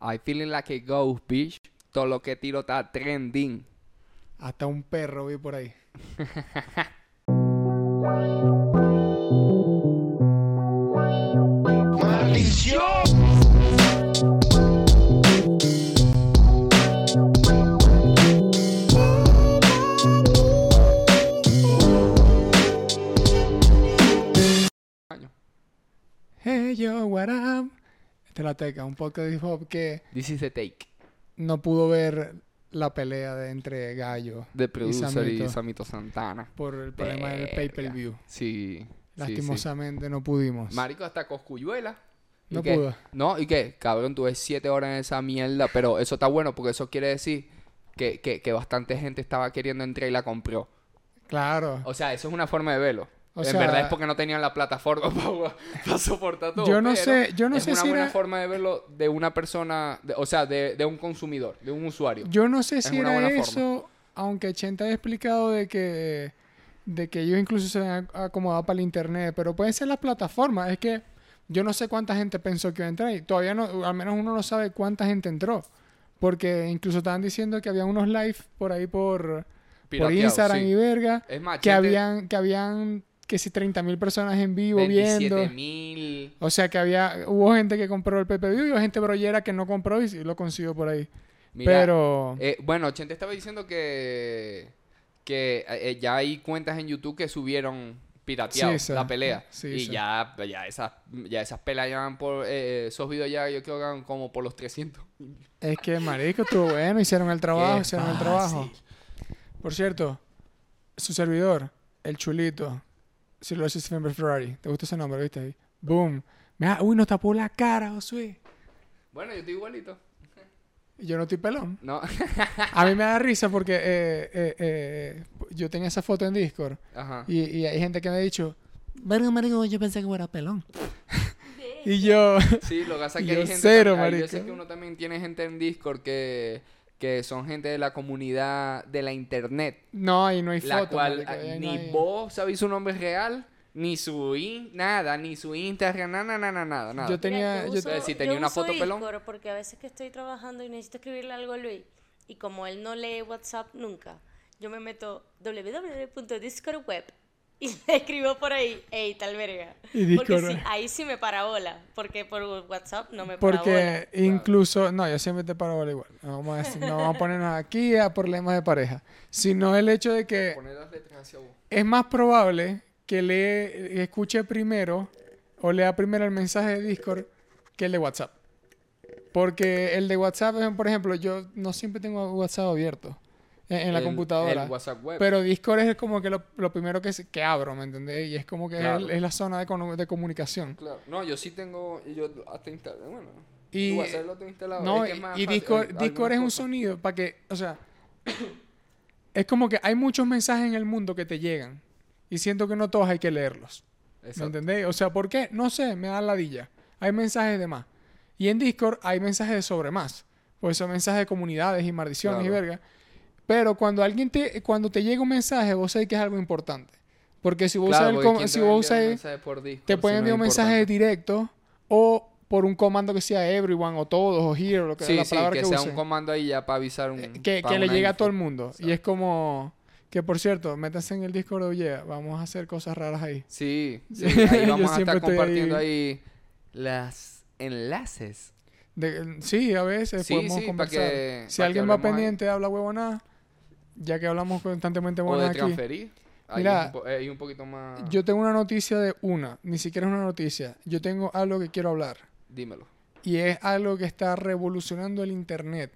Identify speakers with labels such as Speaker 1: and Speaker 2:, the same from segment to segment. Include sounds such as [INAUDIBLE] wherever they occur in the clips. Speaker 1: I feeling like it goes, bitch. Todo lo que tiro está trending.
Speaker 2: Hasta un perro vi por ahí. Hey yo, what up? Esta es la teca, un podcast de hip hop que
Speaker 1: This is a take.
Speaker 2: no pudo ver la pelea de entre Gallo
Speaker 1: The producer y
Speaker 2: Samito.
Speaker 1: Samito Santana.
Speaker 2: por el problema del pay per view.
Speaker 1: Sí. sí,
Speaker 2: Lastimosamente no pudimos.
Speaker 1: sí. Marico, hasta Coscuyuela. ¿Y
Speaker 2: No
Speaker 1: qué?
Speaker 2: pudo.
Speaker 1: No, ¿y qué? Cabrón, tuve siete horas en esa mierda. Pero eso está bueno porque eso quiere decir que, que, que bastante gente estaba queriendo entrar y la compró.
Speaker 2: Claro.
Speaker 1: O sea, eso es una forma de verlo.
Speaker 2: O
Speaker 1: en
Speaker 2: sea-
Speaker 1: verdad es porque no tenían la plataforma [LAUGHS] para, soportar todo.
Speaker 2: Yo no
Speaker 1: pero
Speaker 2: sé- yo no
Speaker 1: es
Speaker 2: sé
Speaker 1: una
Speaker 2: si
Speaker 1: buena
Speaker 2: era-
Speaker 1: forma de verlo de una persona, de- o sea, de, de un consumidor, de un usuario.
Speaker 2: Yo no sé si
Speaker 1: una
Speaker 2: era
Speaker 1: buena
Speaker 2: eso, aunque Chenta ha explicado de que, de que ellos incluso se han ac- acomodado para el internet, pero pueden ser las plataformas. Es que yo no sé cuánta gente pensó que iba a entrar y todavía no, al menos uno no sabe cuánta gente entró. Porque incluso estaban diciendo que había unos live por ahí por, por
Speaker 1: Pirateado,
Speaker 2: Instagram
Speaker 1: sí.
Speaker 2: y verga,
Speaker 1: Es más,
Speaker 2: que habían, que habían, que si 30.000 personas en vivo viendo.
Speaker 1: mil.
Speaker 2: O sea que había, hubo gente que compró el PPV y hubo gente brollera que no compró y sí lo consiguió por ahí. pero...
Speaker 1: Eh, bueno, Chente estaba diciendo que, que eh, ya hay cuentas en YouTube que subieron pirateado
Speaker 2: Sí, sí.
Speaker 1: la pelea.
Speaker 2: Sí,
Speaker 1: y
Speaker 2: sí.
Speaker 1: ya, ya esas, ya esas pelas ya van por eh, esos videos ya yo creo que van como por los 300.
Speaker 2: Es que, marico, estuvo bueno. Hicieron el trabajo,
Speaker 1: Qué
Speaker 2: hicieron el trabajo.
Speaker 1: fácil.
Speaker 2: Por cierto, su servidor, el chulito, Sir Lucius Fember Ferrari. ¿Te gusta ese nombre, viste? ahí? Boom. Mira, uy, nos tapó la cara, Josué.
Speaker 1: Bueno, yo estoy igualito.
Speaker 2: Y Yo no estoy pelón.
Speaker 1: No. [LAUGHS]
Speaker 2: A mí me da risa porque eh, eh, eh, yo tenía esa foto en Discord
Speaker 1: Ajá.
Speaker 2: y, y hay gente que me ha dicho, verga, marico, yo pensé que era pelón. y yo, [LAUGHS]
Speaker 1: Sí, lo que pasa es que
Speaker 2: Yo
Speaker 1: hay gente.
Speaker 2: cero,
Speaker 1: tam- hay
Speaker 2: marico.
Speaker 1: veces que uno también tiene gente en Discord que, que son gente de la comunidad de la internet.
Speaker 2: no, ahí no hay
Speaker 1: la
Speaker 2: foto.
Speaker 1: cual
Speaker 2: marico,
Speaker 1: ah,
Speaker 2: ahí no
Speaker 1: ni
Speaker 2: hay-
Speaker 1: vos sabéis su nombre real, ni su in, nada, ni su Instagram, nada, nada, nada, nada.
Speaker 2: Yo te- tenía-
Speaker 1: yo te- si Eh, tenía una
Speaker 3: uso
Speaker 1: foto pelón.
Speaker 3: Discord Porque a veces que estoy trabajando y necesito escribirle algo a Luis, y como él no lee WhatsApp nunca, yo me meto www.discordweb y [LAUGHS] le escribo por ahí, ey, tal verga.
Speaker 2: Y
Speaker 3: Porque
Speaker 2: Discord-
Speaker 3: sí, ahí sí me parabola, porque por WhatsApp no me parabola.
Speaker 2: Porque incluso, no, yo siempre te paro bola igual. No vamos a, decir- no vamos a ponernos aquí a problemas de pareja. Sino el hecho de que
Speaker 1: Poner las letras hacia vos.
Speaker 2: es más probable que le escuche primero o lea primero el mensaje de Discord que el de WhatsApp. Porque el de WhatsApp, es, por ejemplo, yo no siempre tengo WhatsApp abierto en, en la
Speaker 1: El-
Speaker 2: computadora.
Speaker 1: El WhatsApp web.
Speaker 2: Pero Discord es como que lo, lo primero que, se- que abro, ¿me entendés? Y es como que es el-
Speaker 1: Claro.
Speaker 2: es, la zona de, cono- de comunicación.
Speaker 1: Claro. No, yo sí tengo. y Yo hasta instalado. Bueno.
Speaker 2: Y-
Speaker 1: el WhatsApp lo tengo instalado.
Speaker 2: No,
Speaker 1: es que es
Speaker 2: y-
Speaker 1: más
Speaker 2: y
Speaker 1: fácil,
Speaker 2: Discord,
Speaker 1: al- algunas
Speaker 2: Discord es un
Speaker 1: cosas.
Speaker 2: sonido para que, o sea, es como que hay muchos mensajes en el mundo que te llegan y siento que no todos hay que leerlos. ¿Me
Speaker 1: Exacto.
Speaker 2: entendéis? O sea, ¿por qué? No sé, me da ladilla. Hay mensajes de más. Y en Discord hay mensajes de sobre más. Pues son mensajes de comunidades y maldiciones y
Speaker 1: Claro.
Speaker 2: verga. Pero cuando alguien te, cuando te llega un mensaje, vos sabés que es algo importante. Porque si vos
Speaker 1: Claro,
Speaker 2: usas el
Speaker 1: porque
Speaker 2: com-
Speaker 1: ¿quién
Speaker 2: si
Speaker 1: te va a
Speaker 2: vos
Speaker 1: enviar un
Speaker 2: usas-
Speaker 1: mensaje por Discord
Speaker 2: te
Speaker 1: si
Speaker 2: pueden
Speaker 1: no es
Speaker 2: enviar un mensaje
Speaker 1: importante?
Speaker 2: directo o por un comando que sea everyone o todos o here o lo que
Speaker 1: Sí,
Speaker 2: la
Speaker 1: sí,
Speaker 2: palabra
Speaker 1: que,
Speaker 2: que,
Speaker 1: sea
Speaker 2: usen.
Speaker 1: un comando ahí ya para avisar un.
Speaker 2: Eh, que,
Speaker 1: pa'
Speaker 2: que le
Speaker 1: una
Speaker 2: llegue a
Speaker 1: info.
Speaker 2: todo el mundo. Y
Speaker 1: Exacto.
Speaker 2: es como que por cierto, métanse en el Discord de Ollea, vamos a hacer cosas raras ahí. [LAUGHS]
Speaker 1: Sí, sí,
Speaker 2: Yo
Speaker 1: ahí vamos a estar
Speaker 2: siempre estoy ahí.
Speaker 1: compartiendo ahí las enlaces
Speaker 2: De- sí, a veces
Speaker 1: Sí,
Speaker 2: podemos
Speaker 1: sí, pa'
Speaker 2: conversar.
Speaker 1: que-
Speaker 2: si
Speaker 1: pa' que
Speaker 2: alguien va
Speaker 1: hablemos ahí.
Speaker 2: pendiente, habla huevonada, ya que hablamos constantemente
Speaker 1: o de
Speaker 2: huevonada aquí.
Speaker 1: transferir. Ahí
Speaker 2: Mira,
Speaker 1: es un po- eh, ahí un poquito más.
Speaker 2: Yo tengo una noticia de una, ni siquiera es una noticia. Yo tengo algo que quiero hablar.
Speaker 1: Dímelo.
Speaker 2: y es algo que está revolucionando el internet.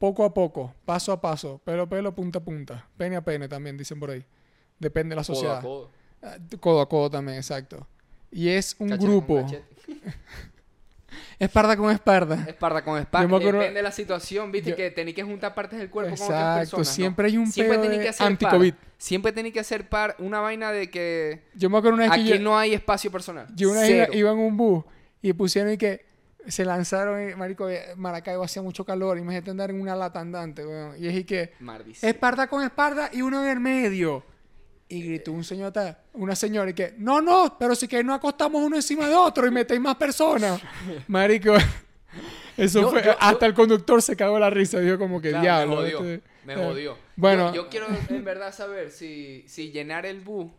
Speaker 2: Poco a poco, paso a paso, pelo a pelo, punta a punta, pene a pene también, dicen por ahí. Depende de la
Speaker 1: Codo a
Speaker 2: sociedad.
Speaker 1: codo.
Speaker 2: Ah, Codo a codo también, exacto. Y es un
Speaker 1: Cachete con
Speaker 2: grupo.
Speaker 1: cachete.
Speaker 2: Esparda con esparda.
Speaker 1: Esparda con
Speaker 2: [LAUGHS] Yo me
Speaker 1: espalda.
Speaker 2: acuerdo-
Speaker 1: Depende de la situación, viste,
Speaker 2: Yo-
Speaker 1: que tenéis que juntar partes del cuerpo con otras
Speaker 2: Exacto,
Speaker 1: personas. ¿no?
Speaker 2: siempre hay un
Speaker 1: Siempre
Speaker 2: peo
Speaker 1: tenéis
Speaker 2: de
Speaker 1: que hacer par.
Speaker 2: anti-COVID.
Speaker 1: Siempre tenéis que hacer par una vaina de que
Speaker 2: Yo me acuerdo una vez que
Speaker 1: aquí
Speaker 2: yo,
Speaker 1: no hay espacio personal.
Speaker 2: yo una vez
Speaker 1: Cero.
Speaker 2: iba, iba en un bus y pusieron y que se lanzaron, y, marico, eh, Maracaibo hacía mucho calor, imagínate andar en una lata andante, weón. Y es y que...
Speaker 1: Maldición.
Speaker 2: Esparda con espalda y uno en el medio. Y gritó un señor, atrás, una señora, y que,
Speaker 1: [LAUGHS]
Speaker 2: no, no, pero si que no acostamos uno encima de otro y metéis más personas. Marico, [LAUGHS] Eso
Speaker 1: Yo-
Speaker 2: fue.
Speaker 1: yo-
Speaker 2: hasta
Speaker 1: yo-
Speaker 2: el conductor se cagó la risa. Dijo como que
Speaker 1: Claro,
Speaker 2: diablo.
Speaker 1: Me jodió.
Speaker 2: este-
Speaker 1: Me
Speaker 2: eh,
Speaker 1: jodió.
Speaker 2: Bueno,
Speaker 1: Yo, yo quiero en verdad saber si, si llenar el bus.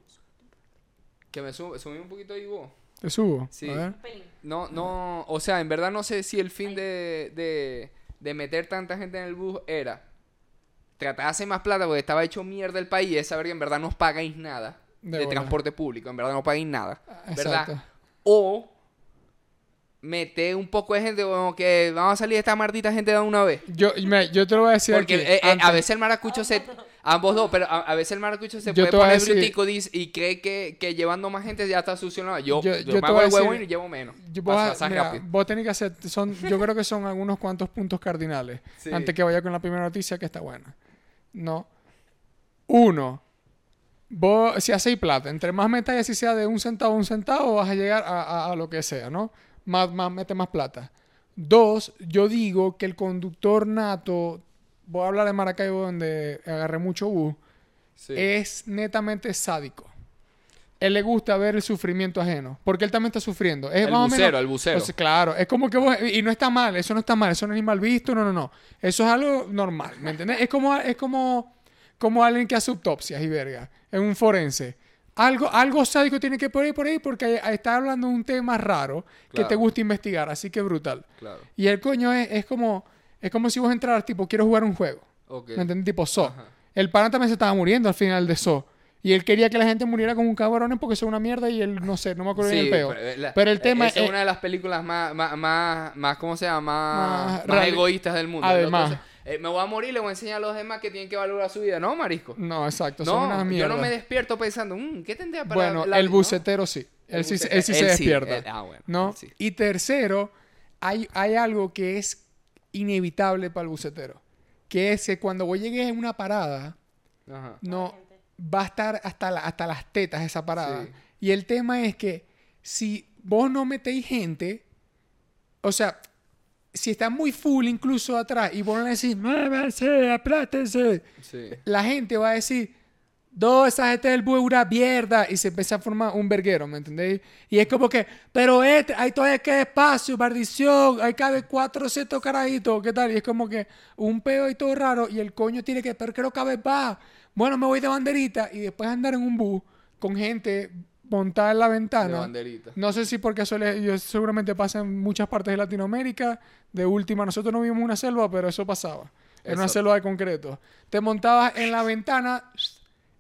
Speaker 1: Que me sube, subí un poquito ahí vos.
Speaker 2: te subo.
Speaker 1: Sí.
Speaker 2: A ver.
Speaker 3: Pelín.
Speaker 1: No, no, o sea, en verdad no sé si el fin de, de, de meter tanta gente en el bus era tratar de hacer más plata porque estaba hecho mierda el país, es saber que en verdad no os pagáis nada
Speaker 2: De
Speaker 1: de,
Speaker 2: bola.
Speaker 1: transporte público, en verdad no pagáis nada,
Speaker 2: Exacto.
Speaker 1: ¿verdad? O meter un poco de gente como que vamos a salir esta maldita gente de una vez.
Speaker 2: Yo, me- yo te lo voy a decir
Speaker 1: Porque
Speaker 2: aquí,
Speaker 1: eh, eh,
Speaker 2: antes.
Speaker 1: a veces el maracucho se... Ambos dos, pero a, a veces el maracucho se
Speaker 2: Yo
Speaker 1: puede
Speaker 2: te voy a
Speaker 1: poner
Speaker 2: decir-
Speaker 1: brutico dis- y cree que, que llevando más gente ya está solucionado. Yo,
Speaker 2: Yo-
Speaker 1: yo,
Speaker 2: yo te
Speaker 1: me
Speaker 2: voy
Speaker 1: hago
Speaker 2: a
Speaker 1: el huevo
Speaker 2: decir-
Speaker 1: y llevo menos.
Speaker 2: Yo- vos,
Speaker 1: Pasa-
Speaker 2: a-
Speaker 1: pasa
Speaker 2: mira,
Speaker 1: rápido.
Speaker 2: vos tenés que hacer, son, yo creo que son algunos cuantos puntos cardinales.
Speaker 1: [LAUGHS] Sí.
Speaker 2: Antes que vaya con la primera noticia que está buena. No. Uno, vos, si hacéis plata, entre más metas y así sea de un centavo a un centavo, vas a llegar a, a- a lo que sea, ¿no? Más, más, mete más plata. Dos, yo digo que el conductor nato, voy a hablar de Maracaibo donde agarré mucho bus,
Speaker 1: Sí.
Speaker 2: es netamente sádico. Él le gusta ver el sufrimiento ajeno, porque él también está sufriendo. Es
Speaker 1: El
Speaker 2: más o menos-
Speaker 1: bucero, el bucero.
Speaker 2: o sea, claro, es como que vos y no está mal, eso no está mal, eso no es ni mal visto, no, no, no. Eso es algo normal, ¿me entendés? Es como es como como alguien que hace autopsias y verga, es un forense. Algo, algo sádico tiene que por ahí por ahí porque ahí- ahí está hablando de un tema raro que
Speaker 1: Claro.
Speaker 2: te gusta investigar, así que brutal.
Speaker 1: Claro.
Speaker 2: Y el coño es, es como es como si vos entraras tipo quiero jugar un juego.
Speaker 1: Ok.
Speaker 2: ¿Me entiendes? Tipo So.
Speaker 1: Ajá.
Speaker 2: El pana también se estaba muriendo al final de So. Y él quería que la gente muriera con un cabrón porque eso es una mierda y él, no sé, no me acuerdo bien
Speaker 1: Sí,
Speaker 2: el peo. Pero,
Speaker 1: pero eh, la-
Speaker 2: el tema es...
Speaker 1: esa es una de las películas más, más, más, más ¿cómo se llama? Más,
Speaker 2: Más
Speaker 1: más
Speaker 2: reali-
Speaker 1: egoístas del mundo. El
Speaker 2: Además.
Speaker 1: otro se- eh, me voy a morir, le voy a enseñar a los demás que tienen que valorar su vida, ¿no, marisco?
Speaker 2: No, exacto, son
Speaker 1: No,
Speaker 2: unas
Speaker 1: yo no
Speaker 2: mierdas.
Speaker 1: me despierto pensando, "Mm, ¿qué tendría para
Speaker 2: Bueno,
Speaker 1: la-
Speaker 2: el
Speaker 1: ¿no?
Speaker 2: bucetero sí. Él,
Speaker 1: El
Speaker 2: sí,
Speaker 1: bucetero,
Speaker 2: él sí se
Speaker 1: él sí,
Speaker 2: despierta.
Speaker 1: él- ah, bueno,
Speaker 2: ¿no?
Speaker 1: él sí.
Speaker 2: Y tercero, hay, hay algo que es inevitable para el bucetero. Que es que cuando vos llegues a una parada,
Speaker 1: Ajá.
Speaker 2: no va a estar hasta, la- hasta las tetas esa parada.
Speaker 1: Sí.
Speaker 2: Y el tema es que si vos no metéis gente, o sea, si está muy full incluso atrás y vos no le decís, muévanse, aplátense,
Speaker 1: Sí.
Speaker 2: la gente va a decir, no, esa gente del bus es una mierda. Y se empieza a formar un verguero, ¿me entendéis? Y es como que, pero este, hay todavía que espacio, maldición, hay cada 400 carajitos, ¿qué tal? Y es como que un pedo y todo raro, y el coño tiene que, pero creo que cabe va. Bueno, me voy de banderita y después andar en un bus con gente montada en la
Speaker 1: De
Speaker 2: ventana.
Speaker 1: banderita.
Speaker 2: No sé si porque eso le- yo- seguramente pasa en muchas partes de Latinoamérica. De última, nosotros no vivimos una selva, pero eso pasaba. Era una
Speaker 1: Exacto.
Speaker 2: selva de concreto. Te montabas en la ventana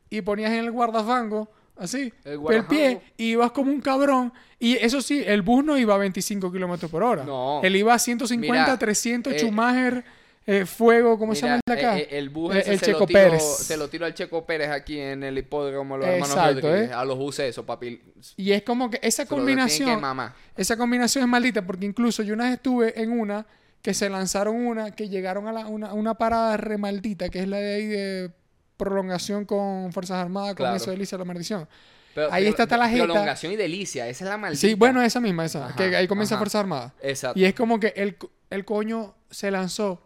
Speaker 2: y ponías en el guardafango, así,
Speaker 1: El
Speaker 2: el,
Speaker 1: guardafango.
Speaker 2: pie, y ibas como un cabrón. Y eso sí, el bus no iba a 25 kilómetros por hora.
Speaker 1: No.
Speaker 2: Él iba a 150,
Speaker 1: Mira,
Speaker 2: 300,
Speaker 1: eh,
Speaker 2: Schumacher, eh, Fuego, ¿cómo se
Speaker 1: Mira,
Speaker 2: llama el de acá?
Speaker 1: eh, eh, el bus
Speaker 2: Eh,
Speaker 1: ese
Speaker 2: el
Speaker 1: se,
Speaker 2: Checo
Speaker 1: lo tiro,
Speaker 2: Pérez.
Speaker 1: se lo tiro al Checo Pérez aquí en el hipódromo los hermanos
Speaker 2: Exacto,
Speaker 1: Rodríguez.
Speaker 2: ¿eh?
Speaker 1: A los buses eso, papi. Se
Speaker 2: Y es como que esa
Speaker 1: lo tienen que
Speaker 2: combinación...
Speaker 1: mamar.
Speaker 2: Esa combinación es maldita porque incluso yo una vez estuve en una que se lanzaron una que llegaron a la- una, una parada re maldita, que es la de ahí de prolongación con Fuerzas Armadas, con
Speaker 1: Claro.
Speaker 2: eso de Lisa la Maldición.
Speaker 1: Pero-
Speaker 2: Ahí
Speaker 1: pero-
Speaker 2: está, está la jeta.
Speaker 1: Prolongación y delicia, esa es la maldita.
Speaker 2: Sí, bueno, esa misma, esa,
Speaker 1: Ajá,
Speaker 2: que ahí comienza
Speaker 1: ajá.
Speaker 2: Fuerzas Armadas.
Speaker 1: Exacto.
Speaker 2: Y es como que el, co- el coño se lanzó.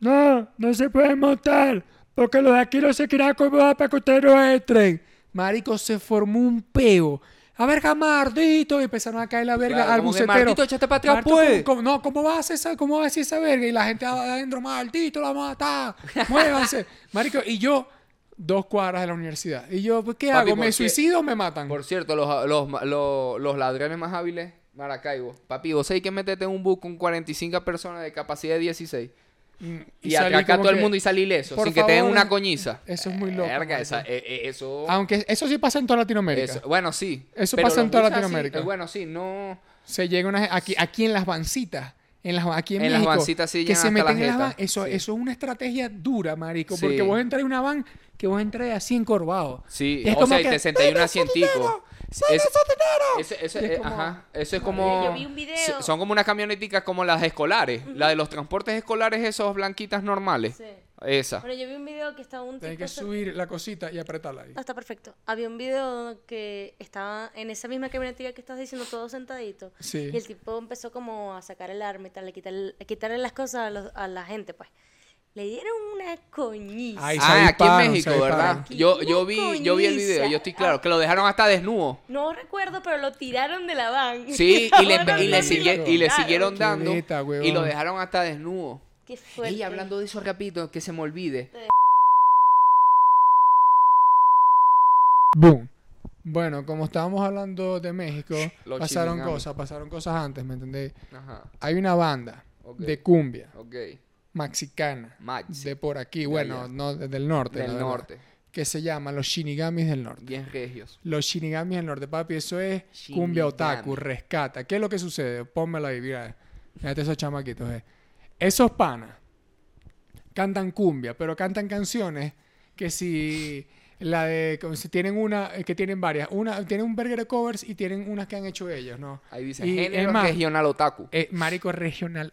Speaker 2: No, no se puede montar, porque los de aquí no se quieren acomodar para que ustedes no entren. Marico, se formó un peo. A verga, mardito. Y empezaron a caer la verga
Speaker 1: Claro,
Speaker 2: al
Speaker 1: como que,
Speaker 2: bucetero.
Speaker 1: "Mardito, échate para atrás,
Speaker 2: Mardito,
Speaker 1: pues".
Speaker 2: ¿cómo- cómo- no, ¿cómo vas a hacer esa, cómo vas a decir esa verga? Y la gente adentro, maldito, la vamos a matar.
Speaker 1: [LAUGHS]
Speaker 2: Muévanse. Marico, y yo, dos cuadras de la universidad. Y yo, pues, ¿qué
Speaker 1: Papi,
Speaker 2: hago?
Speaker 1: ¿por
Speaker 2: ¿Me
Speaker 1: qué?
Speaker 2: suicido o me matan?
Speaker 1: Por cierto, los, los, los, los ladrones más hábiles, Maracaibo. Papi, vos sabés que metete en un bus con 45 personas de capacidad de 16 y,
Speaker 2: Mm, salí
Speaker 1: atraca a
Speaker 2: como
Speaker 1: todo el
Speaker 2: que-
Speaker 1: mundo y salí ileso,
Speaker 2: por
Speaker 1: sin que te den
Speaker 2: favor,
Speaker 1: una coñiza.
Speaker 2: eso es muy loco,
Speaker 1: Verga,
Speaker 2: marico.
Speaker 1: esa- eh, eh, eso,
Speaker 2: Aunque eso sí pasa en toda Latinoamérica.
Speaker 1: eso- Bueno, sí.
Speaker 2: Eso
Speaker 1: Pero
Speaker 2: pasa en
Speaker 1: los
Speaker 2: toda
Speaker 1: buses así,
Speaker 2: Latinoamérica.
Speaker 1: eh, bueno, sí,
Speaker 3: [GASPS]
Speaker 1: no.
Speaker 2: Se llega una aquí aquí en las bancitas, en las aquí en,
Speaker 1: En las
Speaker 2: México,
Speaker 1: bancitas sí
Speaker 2: que
Speaker 1: llegan
Speaker 2: se
Speaker 1: hasta
Speaker 2: meten
Speaker 1: la
Speaker 2: en las
Speaker 1: jeta,
Speaker 2: van, eso
Speaker 1: sí.
Speaker 2: eso es una estrategia dura, marico,
Speaker 1: Sí.
Speaker 2: porque vos entras en una van que vos entras así encorvado.
Speaker 1: Sí,
Speaker 2: Y es
Speaker 1: o
Speaker 2: como
Speaker 1: sea, y
Speaker 2: que,
Speaker 1: te sentáis en un
Speaker 2: "Dame su dinero,
Speaker 1: asientico.
Speaker 2: dame
Speaker 1: Eso-
Speaker 2: su dinero".
Speaker 1: Eso, eso-
Speaker 2: Y es
Speaker 1: eh,
Speaker 2: como-
Speaker 1: ajá, eso es como...
Speaker 3: yo vi un video.
Speaker 1: so- Son como unas camioneticas como las escolares. La de los transportes escolares, esos blanquitas normales.
Speaker 3: Sí.
Speaker 1: Esa.
Speaker 3: Bueno, yo vi un video que estaba un
Speaker 2: Tienes
Speaker 3: tipo...
Speaker 2: que subir la cosita y apretarla ahí.
Speaker 3: No, Ah, está perfecto. Había un video que estaba en esa misma camionetilla que estás diciendo, todo sentadito.
Speaker 2: Sí.
Speaker 3: Y el tipo empezó como a sacar el arma y tal, a quitarle, a quitarle las cosas a, los- a la gente, pues. Le dieron una coñiza.
Speaker 2: Ay, se
Speaker 1: Ah, aquí en
Speaker 2: disparan, se
Speaker 1: México,
Speaker 2: disparan.
Speaker 1: ¿verdad?
Speaker 3: Qué
Speaker 1: Yo, yo vi, yo vi el video,
Speaker 3: coñiza.
Speaker 1: yo estoy claro, que lo dejaron hasta
Speaker 3: [LAUGHS]
Speaker 1: desnudo.
Speaker 3: No recuerdo, pero lo tiraron de la van.
Speaker 1: Sí, y
Speaker 3: [LAUGHS]
Speaker 1: le,
Speaker 3: Ahora
Speaker 1: y le
Speaker 3: lo
Speaker 1: sigue- y le
Speaker 3: tiraron.
Speaker 1: siguieron dando.
Speaker 2: neta,
Speaker 1: y lo
Speaker 2: huevón.
Speaker 1: dejaron hasta desnudo.
Speaker 3: Qué fuerte.
Speaker 1: Y hablando de eso, rapidito, que se me olvide.
Speaker 2: Boom. Bueno, como estábamos hablando de México,
Speaker 1: Los
Speaker 2: pasaron
Speaker 1: chilingamos.
Speaker 2: cosas, pasaron cosas antes, ¿me entendéis?
Speaker 1: Ajá,
Speaker 2: Hay una banda
Speaker 1: ok.
Speaker 2: de cumbia
Speaker 1: ok.
Speaker 2: mexicana
Speaker 1: Max,
Speaker 2: de por aquí, bueno,
Speaker 1: allá.
Speaker 2: no de- del norte, la
Speaker 1: del
Speaker 2: verdad,
Speaker 1: norte.
Speaker 2: que se llama Los Shinigamis del Norte.
Speaker 1: Bien regios.
Speaker 2: Los Shinigamis del Norte, papi, eso es
Speaker 1: Shinigami.
Speaker 2: cumbia otaku, rescata. ¿Qué es lo que sucede? Pónmelo ahí, mira. Fíjate esos chamaquitos, eh. Esos panas cantan cumbia, pero cantan canciones que si la de como si tienen una eh, que tienen varias, una tienen un burger de covers y tienen unas que han hecho ellos, ¿no?
Speaker 1: Ahí dice
Speaker 2: Y,
Speaker 1: género
Speaker 2: es más,
Speaker 1: regional otaku.
Speaker 2: Eh, marico regional,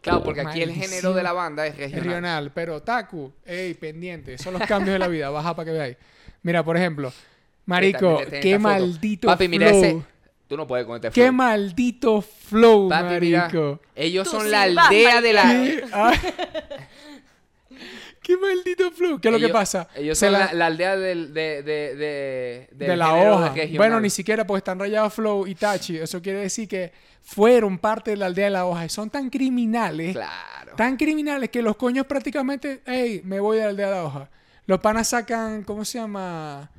Speaker 1: Claro, porque aquí el
Speaker 2: maldición.
Speaker 1: género de la banda es
Speaker 2: regional,
Speaker 1: regional.
Speaker 2: pero otaku, ey, pendiente, son los cambios de la vida, baja para que veáis. Mira, por ejemplo, marico,
Speaker 1: También tiene
Speaker 2: qué
Speaker 1: esta foto.
Speaker 2: maldito
Speaker 1: Papi, mira
Speaker 2: flow.
Speaker 1: ese. Tú no puedes con este
Speaker 2: Qué
Speaker 1: flow.
Speaker 2: maldito flow,
Speaker 1: Papi, mira,
Speaker 2: marico.
Speaker 1: Ellos
Speaker 3: Tú
Speaker 1: son
Speaker 3: sí
Speaker 1: la
Speaker 3: vas,
Speaker 1: aldea de la.
Speaker 2: ¿Qué? Ah. Qué maldito flow. ¿Qué es lo que
Speaker 1: Ellos-
Speaker 2: pasa?
Speaker 1: Ellos
Speaker 2: Se
Speaker 1: son
Speaker 2: la-
Speaker 1: la, la aldea del, de, de, de, del
Speaker 2: de la
Speaker 1: género
Speaker 2: hoja.
Speaker 1: regional.
Speaker 2: Bueno, ni siquiera porque están rayados Flow y Tachi. Eso quiere decir que fueron parte de la aldea de la hoja. Y son tan criminales,
Speaker 1: Claro.
Speaker 2: tan criminales que los coños prácticamente, hey, me voy de la aldea de la hoja. Los panas sacan, ¿cómo se llama?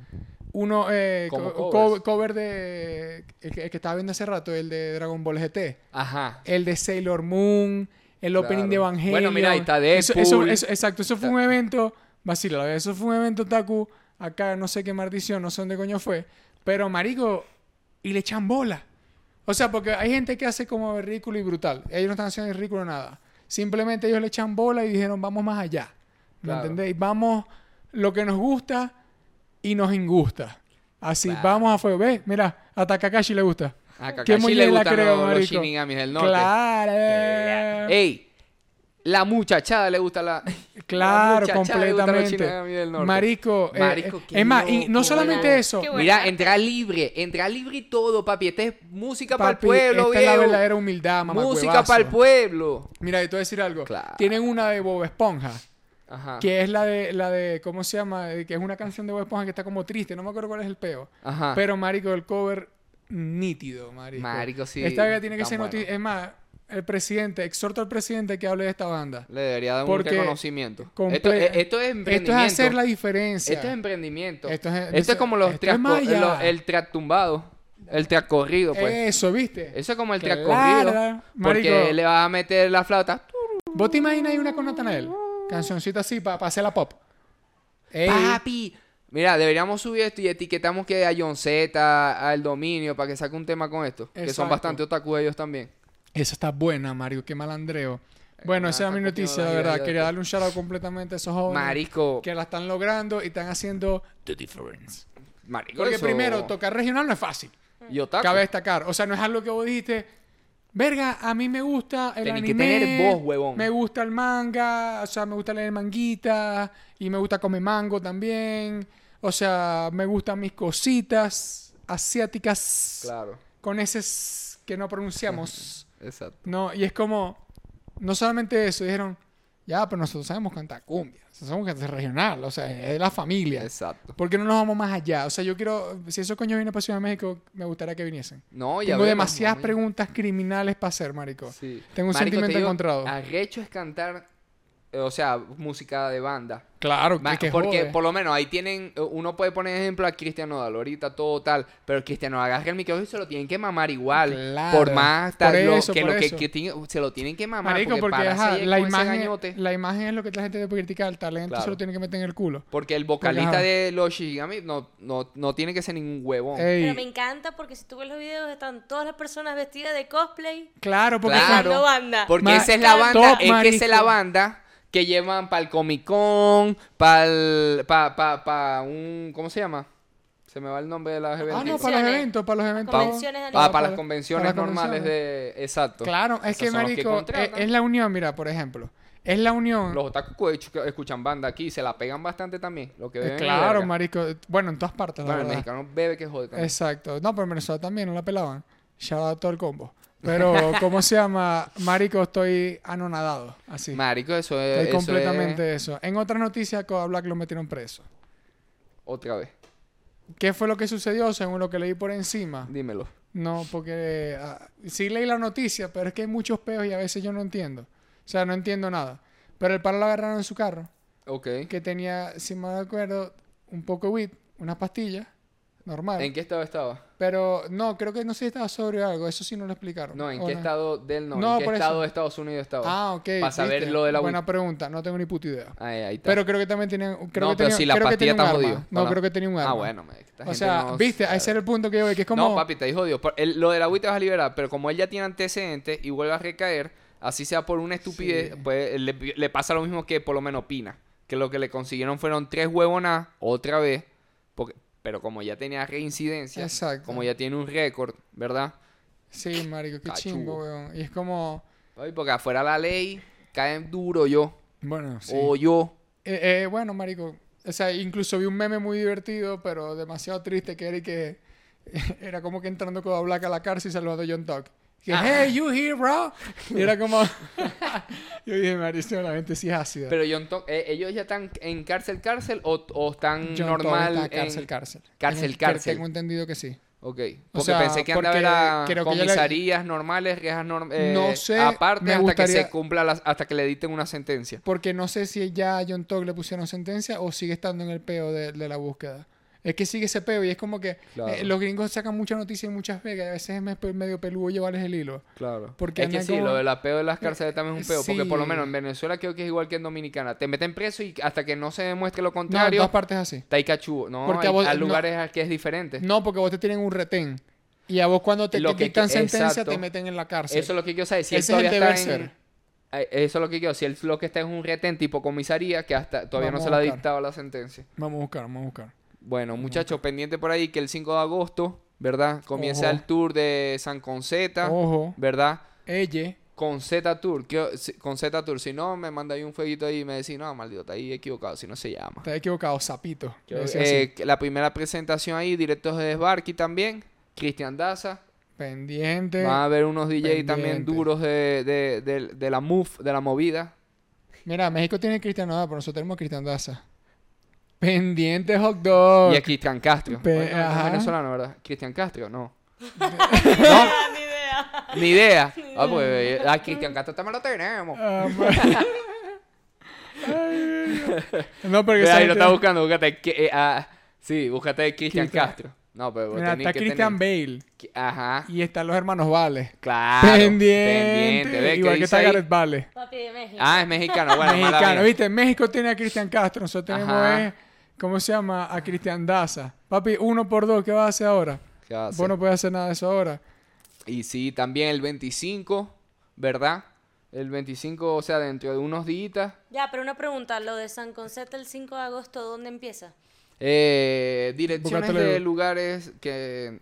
Speaker 2: Uno, eh,
Speaker 1: Como
Speaker 2: co-
Speaker 1: covers.
Speaker 2: co- cover de. El que, el que estaba viendo hace rato, el de Dragon Ball GT.
Speaker 1: Ajá.
Speaker 2: el de Sailor Moon, el opening
Speaker 1: Claro.
Speaker 2: de Evangelion.
Speaker 1: Bueno, mira, ahí está
Speaker 2: Eso- eso-
Speaker 1: Deadpool.
Speaker 2: eso- exacto, eso fue un evento, vacila, eso fue un evento Taku, acá no sé qué maldición, no sé dónde coño fue, pero marico, y le echan bola. O sea, porque hay gente que hace como el ridículo y brutal. Ellos no están haciendo el ridículo nada. Simplemente ellos le echan bola y dijeron, vamos más allá. ¿Me
Speaker 1: Claro.
Speaker 2: entendéis? Vamos lo que nos gusta y nos ingusta. Así,
Speaker 1: Claro.
Speaker 2: vamos a fuego. Ve, mira, hasta Kakashi le gusta.
Speaker 1: A
Speaker 2: Qué
Speaker 1: Kakashi le
Speaker 2: muñeca,
Speaker 1: gustan
Speaker 2: creo,
Speaker 1: los, los
Speaker 2: marico. eh,
Speaker 1: shinigamis del norte.
Speaker 2: Claro.
Speaker 1: Ey, la muchachada le gusta la.
Speaker 2: Claro,
Speaker 1: la muchachada le gusta los Shinigami
Speaker 2: completamente.
Speaker 1: del norte.
Speaker 2: Marico, eh,
Speaker 1: Marico,
Speaker 2: eh,
Speaker 1: qué
Speaker 2: es más, y
Speaker 1: loco,
Speaker 2: no solamente
Speaker 3: Qué
Speaker 2: eso,
Speaker 3: bueno.
Speaker 1: Mira, entra libre, entra libre y todo, papi. Esta es música para el
Speaker 2: papi,
Speaker 1: pueblo,
Speaker 2: esta es la
Speaker 1: viejo.
Speaker 2: verdadera humildad, mamá.
Speaker 1: música para el pueblo.
Speaker 2: Mira, y te voy a decir algo.
Speaker 1: Claro. Ah.
Speaker 2: Tienen una de Bob Esponja,
Speaker 1: Ajá.
Speaker 2: que es la de, la de, ¿cómo se llama? Eh, Que es una canción de Bob Esponja que está como triste, no me acuerdo cuál es el peo.
Speaker 1: Ajá.
Speaker 2: Pero, marico, el cover nítido, marico.
Speaker 1: Marico, sí,
Speaker 2: Esta vida tiene que
Speaker 1: tan
Speaker 2: ser noti-
Speaker 1: bueno.
Speaker 2: Es más, el presidente, exhorto al presidente que hable de esta banda.
Speaker 1: le debería dar un
Speaker 2: porque
Speaker 1: reconocimiento.
Speaker 2: comple-
Speaker 1: Esto, e- esto es
Speaker 2: Esto
Speaker 1: emprendimiento.
Speaker 2: es hacer la diferencia.
Speaker 1: Esto es emprendimiento.
Speaker 2: Esto
Speaker 1: Esto
Speaker 2: es-
Speaker 1: es,
Speaker 2: esto-
Speaker 1: como los
Speaker 2: esto es
Speaker 1: trasco-
Speaker 2: malla.
Speaker 1: lo- el track tumbado, el track corrido, pues.
Speaker 2: Eso, ¿viste?
Speaker 1: Eso es como el track
Speaker 2: Claro,
Speaker 1: corrido. Porque
Speaker 2: marico.
Speaker 1: le vas a meter la flauta.
Speaker 2: ¿Vos te imaginas ahí una con Natanael? Cancioncita así para hacer la pop. Ey,
Speaker 1: Papi. Mira, deberíamos subir esto y etiquetamos que a John Z, al dominio, para que saque un tema con esto. Que
Speaker 2: Exacto.
Speaker 1: son bastante otaku ellos también.
Speaker 2: Esa está buena, Mario. Qué malandreo. Bueno,
Speaker 1: nada,
Speaker 2: esa era mi
Speaker 1: está cogiendo
Speaker 2: noticia,
Speaker 1: la
Speaker 2: la
Speaker 1: idea
Speaker 2: verdad.
Speaker 1: Eh, de
Speaker 2: Quería
Speaker 1: esto.
Speaker 2: darle un shout out completamente a esos jóvenes
Speaker 1: Marico.
Speaker 2: que la están logrando y están haciendo the difference.
Speaker 1: Marico.
Speaker 2: Porque
Speaker 1: eso-
Speaker 2: primero, tocar regional no es fácil.
Speaker 1: Y otaku.
Speaker 2: Cabe destacar. O sea, no es algo que vos dijiste. Verga, a mí me gusta el
Speaker 1: Tenés que
Speaker 2: anime.
Speaker 1: tener voz, huevón".
Speaker 2: Me gusta el manga, o sea, me gusta leer manguita y me gusta comer mango también. O sea, me gustan mis cositas asiáticas
Speaker 1: Claro.
Speaker 2: con esos que no pronunciamos.
Speaker 1: Exacto.
Speaker 2: no, y es como no solamente eso, dijeron, ya, pero nosotros sabemos cantar cumbia, nosotros sabemos cantar regional, o sea, es de la familia.
Speaker 1: Exacto.
Speaker 2: ¿Por qué no nos vamos más allá? O sea, yo quiero, si esos coños vienen para Ciudad de México, me gustaría que viniesen.
Speaker 1: No, ya
Speaker 2: Tengo
Speaker 1: vemos,
Speaker 2: demasiadas
Speaker 1: mami.
Speaker 2: preguntas criminales para hacer, marico.
Speaker 1: Sí.
Speaker 2: Tengo un
Speaker 1: Marico,
Speaker 2: sentimiento
Speaker 1: te digo,
Speaker 2: encontrado.
Speaker 1: Arrecho es cantar, eh, o sea, música de banda.
Speaker 2: Claro,
Speaker 1: Ma-
Speaker 2: que, que
Speaker 1: porque
Speaker 2: jode.
Speaker 1: por lo menos ahí tienen, eh, uno puede poner ejemplo a Cristiano Nodal ahorita todo tal, pero Cristiano agarra el micrófono y se lo tienen que mamar igual,
Speaker 2: Claro,
Speaker 1: por más tal,
Speaker 2: por
Speaker 1: lo-
Speaker 2: eso,
Speaker 1: que
Speaker 2: por
Speaker 1: lo que,
Speaker 2: eso.
Speaker 1: que tiene- se lo tienen que mamar
Speaker 2: Marico,
Speaker 1: porque,
Speaker 2: porque,
Speaker 1: pararse
Speaker 2: ajá,
Speaker 1: ahí
Speaker 2: la,
Speaker 1: con ese
Speaker 2: imagen,
Speaker 1: gañote,
Speaker 2: la imagen es lo que la gente debe criticar, el talento se
Speaker 1: Claro.
Speaker 2: lo tiene que meter en el culo.
Speaker 1: porque el vocalista
Speaker 2: ajá.
Speaker 1: de los Shigami no, no, no tiene que ser ningún huevón.
Speaker 2: Ey,
Speaker 3: Pero me encanta porque si tú ves los videos están todas las personas vestidas de cosplay.
Speaker 2: Claro, porque
Speaker 1: Claro.
Speaker 3: Cantando banda.
Speaker 1: Porque
Speaker 2: Ma-
Speaker 1: esa es la banda,
Speaker 2: Top,
Speaker 1: es que esa es la
Speaker 2: marico.
Speaker 1: banda que llevan para el Comic Con, para pa, pa, pa un ¿cómo se llama? Se me va el nombre de la
Speaker 2: Ah, no,
Speaker 1: eventos.
Speaker 2: para los
Speaker 3: Convenciones.
Speaker 2: eventos, para los eventos.
Speaker 1: Pa-
Speaker 3: convenciones
Speaker 1: pa-
Speaker 3: anuales.
Speaker 1: Ah, para, las convenciones
Speaker 2: para las
Speaker 1: normales de exacto.
Speaker 2: Claro, es
Speaker 1: Esos
Speaker 2: que,
Speaker 1: son los
Speaker 2: marico, es,
Speaker 1: contratan.
Speaker 2: es la unión, mira, por ejemplo. Es la unión.
Speaker 1: los otaku cu- escu- escuchan banda aquí y se la pegan bastante también, lo que
Speaker 2: eh,
Speaker 1: beben es
Speaker 2: claro,
Speaker 1: verga.
Speaker 2: marico. Bueno, en todas partes, la
Speaker 1: Bueno, el
Speaker 2: verdad.
Speaker 1: mexicano bebe que jode también.
Speaker 2: Exacto. No, pero en Venezuela también, no la pelaban. Ya todo el combo. Pero,
Speaker 1: [LAUGHS]
Speaker 2: ¿cómo se llama? Marico, estoy anonadado. Así.
Speaker 1: Marico, eso es.
Speaker 2: Estoy
Speaker 1: eso es-
Speaker 2: completamente eso. En otras noticias, Kodak Black lo metieron preso.
Speaker 1: Otra vez.
Speaker 2: ¿Qué fue lo que sucedió según lo que leí por encima?
Speaker 1: Dímelo.
Speaker 2: No, porque ah, sí leí la noticia, pero es que hay muchos peos y a veces yo no entiendo. O sea, no entiendo nada. Pero el palo lo agarraron en su carro,
Speaker 1: Ok.
Speaker 2: que tenía, si me acuerdo, un poco de weed, unas pastillas, normal.
Speaker 1: ¿En qué estado estaba?
Speaker 2: Pero no, creo que no sé si estaba sobrio o algo, eso sí no lo explicaron.
Speaker 1: No, ¿en
Speaker 2: ¿O
Speaker 1: qué estado del no?
Speaker 2: No,
Speaker 1: ¿En qué
Speaker 2: por eso.
Speaker 1: estado de Estados Unidos estaba?
Speaker 2: Ah, ok.
Speaker 1: Para saber
Speaker 2: viste.
Speaker 1: lo de la
Speaker 2: Buena
Speaker 1: Wii.
Speaker 2: pregunta, no tengo ni puta idea.
Speaker 1: Ahí, ahí está.
Speaker 2: Pero creo que también tenían. Creo
Speaker 1: no, pero
Speaker 2: que tenía-
Speaker 1: si la
Speaker 2: creo que
Speaker 1: pastilla
Speaker 2: tenía un
Speaker 1: está
Speaker 2: arma.
Speaker 1: jodido.
Speaker 2: No,
Speaker 1: Con la-
Speaker 2: creo que tenía un arma.
Speaker 1: Ah, bueno, me- esta
Speaker 2: O
Speaker 1: gente
Speaker 2: sea,
Speaker 1: no-
Speaker 2: viste, ese era el punto que yo veo, que es como.
Speaker 1: No, papi, te dijo Dios. Por- el- lo de la agüita vas a liberar, pero como él ya tiene antecedentes y vuelve a recaer, así sea por una estupidez,
Speaker 2: Sí.
Speaker 1: pues le, le pasa lo mismo que por lo menos Pina. Que lo que le consiguieron fueron tres huevonas otra vez. porque- pero como ya tenía reincidencia,
Speaker 2: Exacto.
Speaker 1: como ya tiene un récord, ¿verdad?
Speaker 2: Sí, marico, qué
Speaker 1: Cachudo.
Speaker 2: chingo, weón. Y es como.
Speaker 1: Papi, porque afuera la ley caen duro yo.
Speaker 2: Bueno, sí.
Speaker 1: O yo.
Speaker 2: Eh, eh, bueno, marico. O sea, incluso vi un meme muy divertido, pero demasiado triste, que era y que. [LAUGHS] Era como que entrando con Black a la cárcel y saludando a John Tuck. Que,
Speaker 1: Ah.
Speaker 2: hey, you here, bro. Y era como. [LAUGHS] yo dije, marico, la gente sí es ácida.
Speaker 1: Pero John Tuck, eh, ellos ya están en cárcel, cárcel o, o están
Speaker 2: John Tuck
Speaker 1: normal.
Speaker 2: está cárcel,
Speaker 1: en...
Speaker 2: cárcel.
Speaker 1: Cárcel,
Speaker 2: Tengo- que-
Speaker 1: cárcel.
Speaker 2: Tengo entendido que sí.
Speaker 1: Ok. Porque
Speaker 2: O sea,
Speaker 1: pensé que andaba
Speaker 2: porque
Speaker 1: era
Speaker 2: creo que ya le-
Speaker 1: comisarías normales, rejas normales.
Speaker 2: No sé,
Speaker 1: Aparte,
Speaker 2: me
Speaker 1: hasta que
Speaker 2: gustaría-
Speaker 1: se cumpla, las- hasta que le editen una sentencia.
Speaker 2: Porque no sé si ya a John Tog le pusieron sentencia o sigue estando en el peo de, de la búsqueda. Es que sigue ese peo y es como que
Speaker 1: Claro.
Speaker 2: eh, los gringos sacan mucha noticia y muchas vegas y a veces es me- medio peludo llevarles el hilo.
Speaker 1: Claro.
Speaker 2: Porque
Speaker 1: es que
Speaker 2: andan
Speaker 1: sí,
Speaker 2: como-
Speaker 1: lo del apeo de las cárceles también es un peo. Porque por lo
Speaker 2: Sí.
Speaker 1: menos en Venezuela creo que es igual que en Dominicana. Te meten preso y hasta que no se demuestre lo
Speaker 2: No, en
Speaker 1: contrario,
Speaker 2: todas partes así.
Speaker 1: está ahí cachudo. No,
Speaker 2: Porque
Speaker 1: hay,
Speaker 2: a vos-
Speaker 1: hay
Speaker 2: no.
Speaker 1: lugares a que es diferente.
Speaker 2: No, porque vos te tienen un retén. Y a vos cuando te,
Speaker 1: Este. Lo
Speaker 2: te
Speaker 1: que-
Speaker 2: dictan
Speaker 1: que-
Speaker 2: sentencia
Speaker 1: exacto.
Speaker 2: te meten en la cárcel.
Speaker 1: Eso es lo que quiero saber. Si
Speaker 2: Ese
Speaker 1: él
Speaker 2: es
Speaker 1: todavía
Speaker 2: el
Speaker 1: está
Speaker 2: deber
Speaker 1: en- Ay, Eso es lo que quiero. Si él lo que está es un retén tipo comisaría, que hasta todavía
Speaker 2: Vamos
Speaker 1: no se
Speaker 2: a
Speaker 1: le ha
Speaker 2: buscar.
Speaker 1: dictado la sentencia.
Speaker 2: Vamos a buscar, vamos a buscar.
Speaker 1: Bueno, muchachos, pendiente por ahí que el 5 de agosto, ¿verdad? Comienza
Speaker 2: Ojo.
Speaker 1: el tour de San Conceta,
Speaker 2: Ojo,
Speaker 1: ¿verdad?
Speaker 2: ella.
Speaker 1: Conceta Tour, que- si- Conceta Tour, si no me manda ahí un fueguito ahí y me decís, no, maldito, está ahí equivocado, si no se llama.
Speaker 2: Estás equivocado, sapito.
Speaker 1: Yo-
Speaker 2: Le decía
Speaker 1: eh,
Speaker 2: así.
Speaker 1: que la primera presentación ahí, directos de Desbarqui también, Cristian Daza,
Speaker 2: Pendiente.
Speaker 1: van a haber unos DJ también
Speaker 2: pendiente.
Speaker 1: duros de, de- de- de la move, de la movida.
Speaker 2: Mira, México tiene Cristian Nodal, pero nosotros tenemos a Cristian Daza. Pendiente hot dog.
Speaker 1: Y a Cristian Castro.
Speaker 2: Pe-
Speaker 1: Oye, no, no es
Speaker 2: ajá.
Speaker 1: venezolano, ¿verdad? Cristian Castro, no.
Speaker 3: No. Ni idea.
Speaker 1: Ni idea. Ah, pues, eh, a Cristian Castro también lo tenemos.
Speaker 2: Ah,
Speaker 1: [LAUGHS]
Speaker 2: ma- Ay, Dios. no, porque
Speaker 1: Ve
Speaker 2: esa
Speaker 1: ahí lo
Speaker 2: gente-
Speaker 1: está buscando, búscate. que- eh, ah, sí, búscate Cristian
Speaker 2: Cristian.
Speaker 1: Castro. No, pero vos
Speaker 2: Mira,
Speaker 1: tenés
Speaker 2: está
Speaker 1: que
Speaker 2: Christian
Speaker 1: tener-
Speaker 2: Bale
Speaker 1: que- Ajá.
Speaker 2: y están los hermanos Vale.
Speaker 1: Claro.
Speaker 2: pendiente.
Speaker 1: ve, ¿qué
Speaker 2: Igual que
Speaker 1: dice
Speaker 2: está
Speaker 1: ahí?
Speaker 2: Gareth Vale.
Speaker 3: Papi de México.
Speaker 1: Ah, es mexicano. Bueno, mala
Speaker 2: Mexicano,
Speaker 1: mía.
Speaker 2: ¿viste? México tiene a Cristian Castro, nosotros tenemos
Speaker 1: Ajá.
Speaker 2: eh, ¿cómo se llama? A Cristian Daza. Papi, uno por dos, ¿qué vas a hacer ahora?
Speaker 1: ¿Qué va a hacer?
Speaker 2: Vos no puedes hacer nada de eso ahora.
Speaker 1: Y sí, también el 25, ¿verdad? El 25, o sea, dentro de unos días.
Speaker 3: Ya, pero una pregunta. Lo de San Conceta el 5 de agosto, ¿dónde empieza?
Speaker 1: Eh, direcciones
Speaker 2: Búscatelo.
Speaker 1: de lugares que...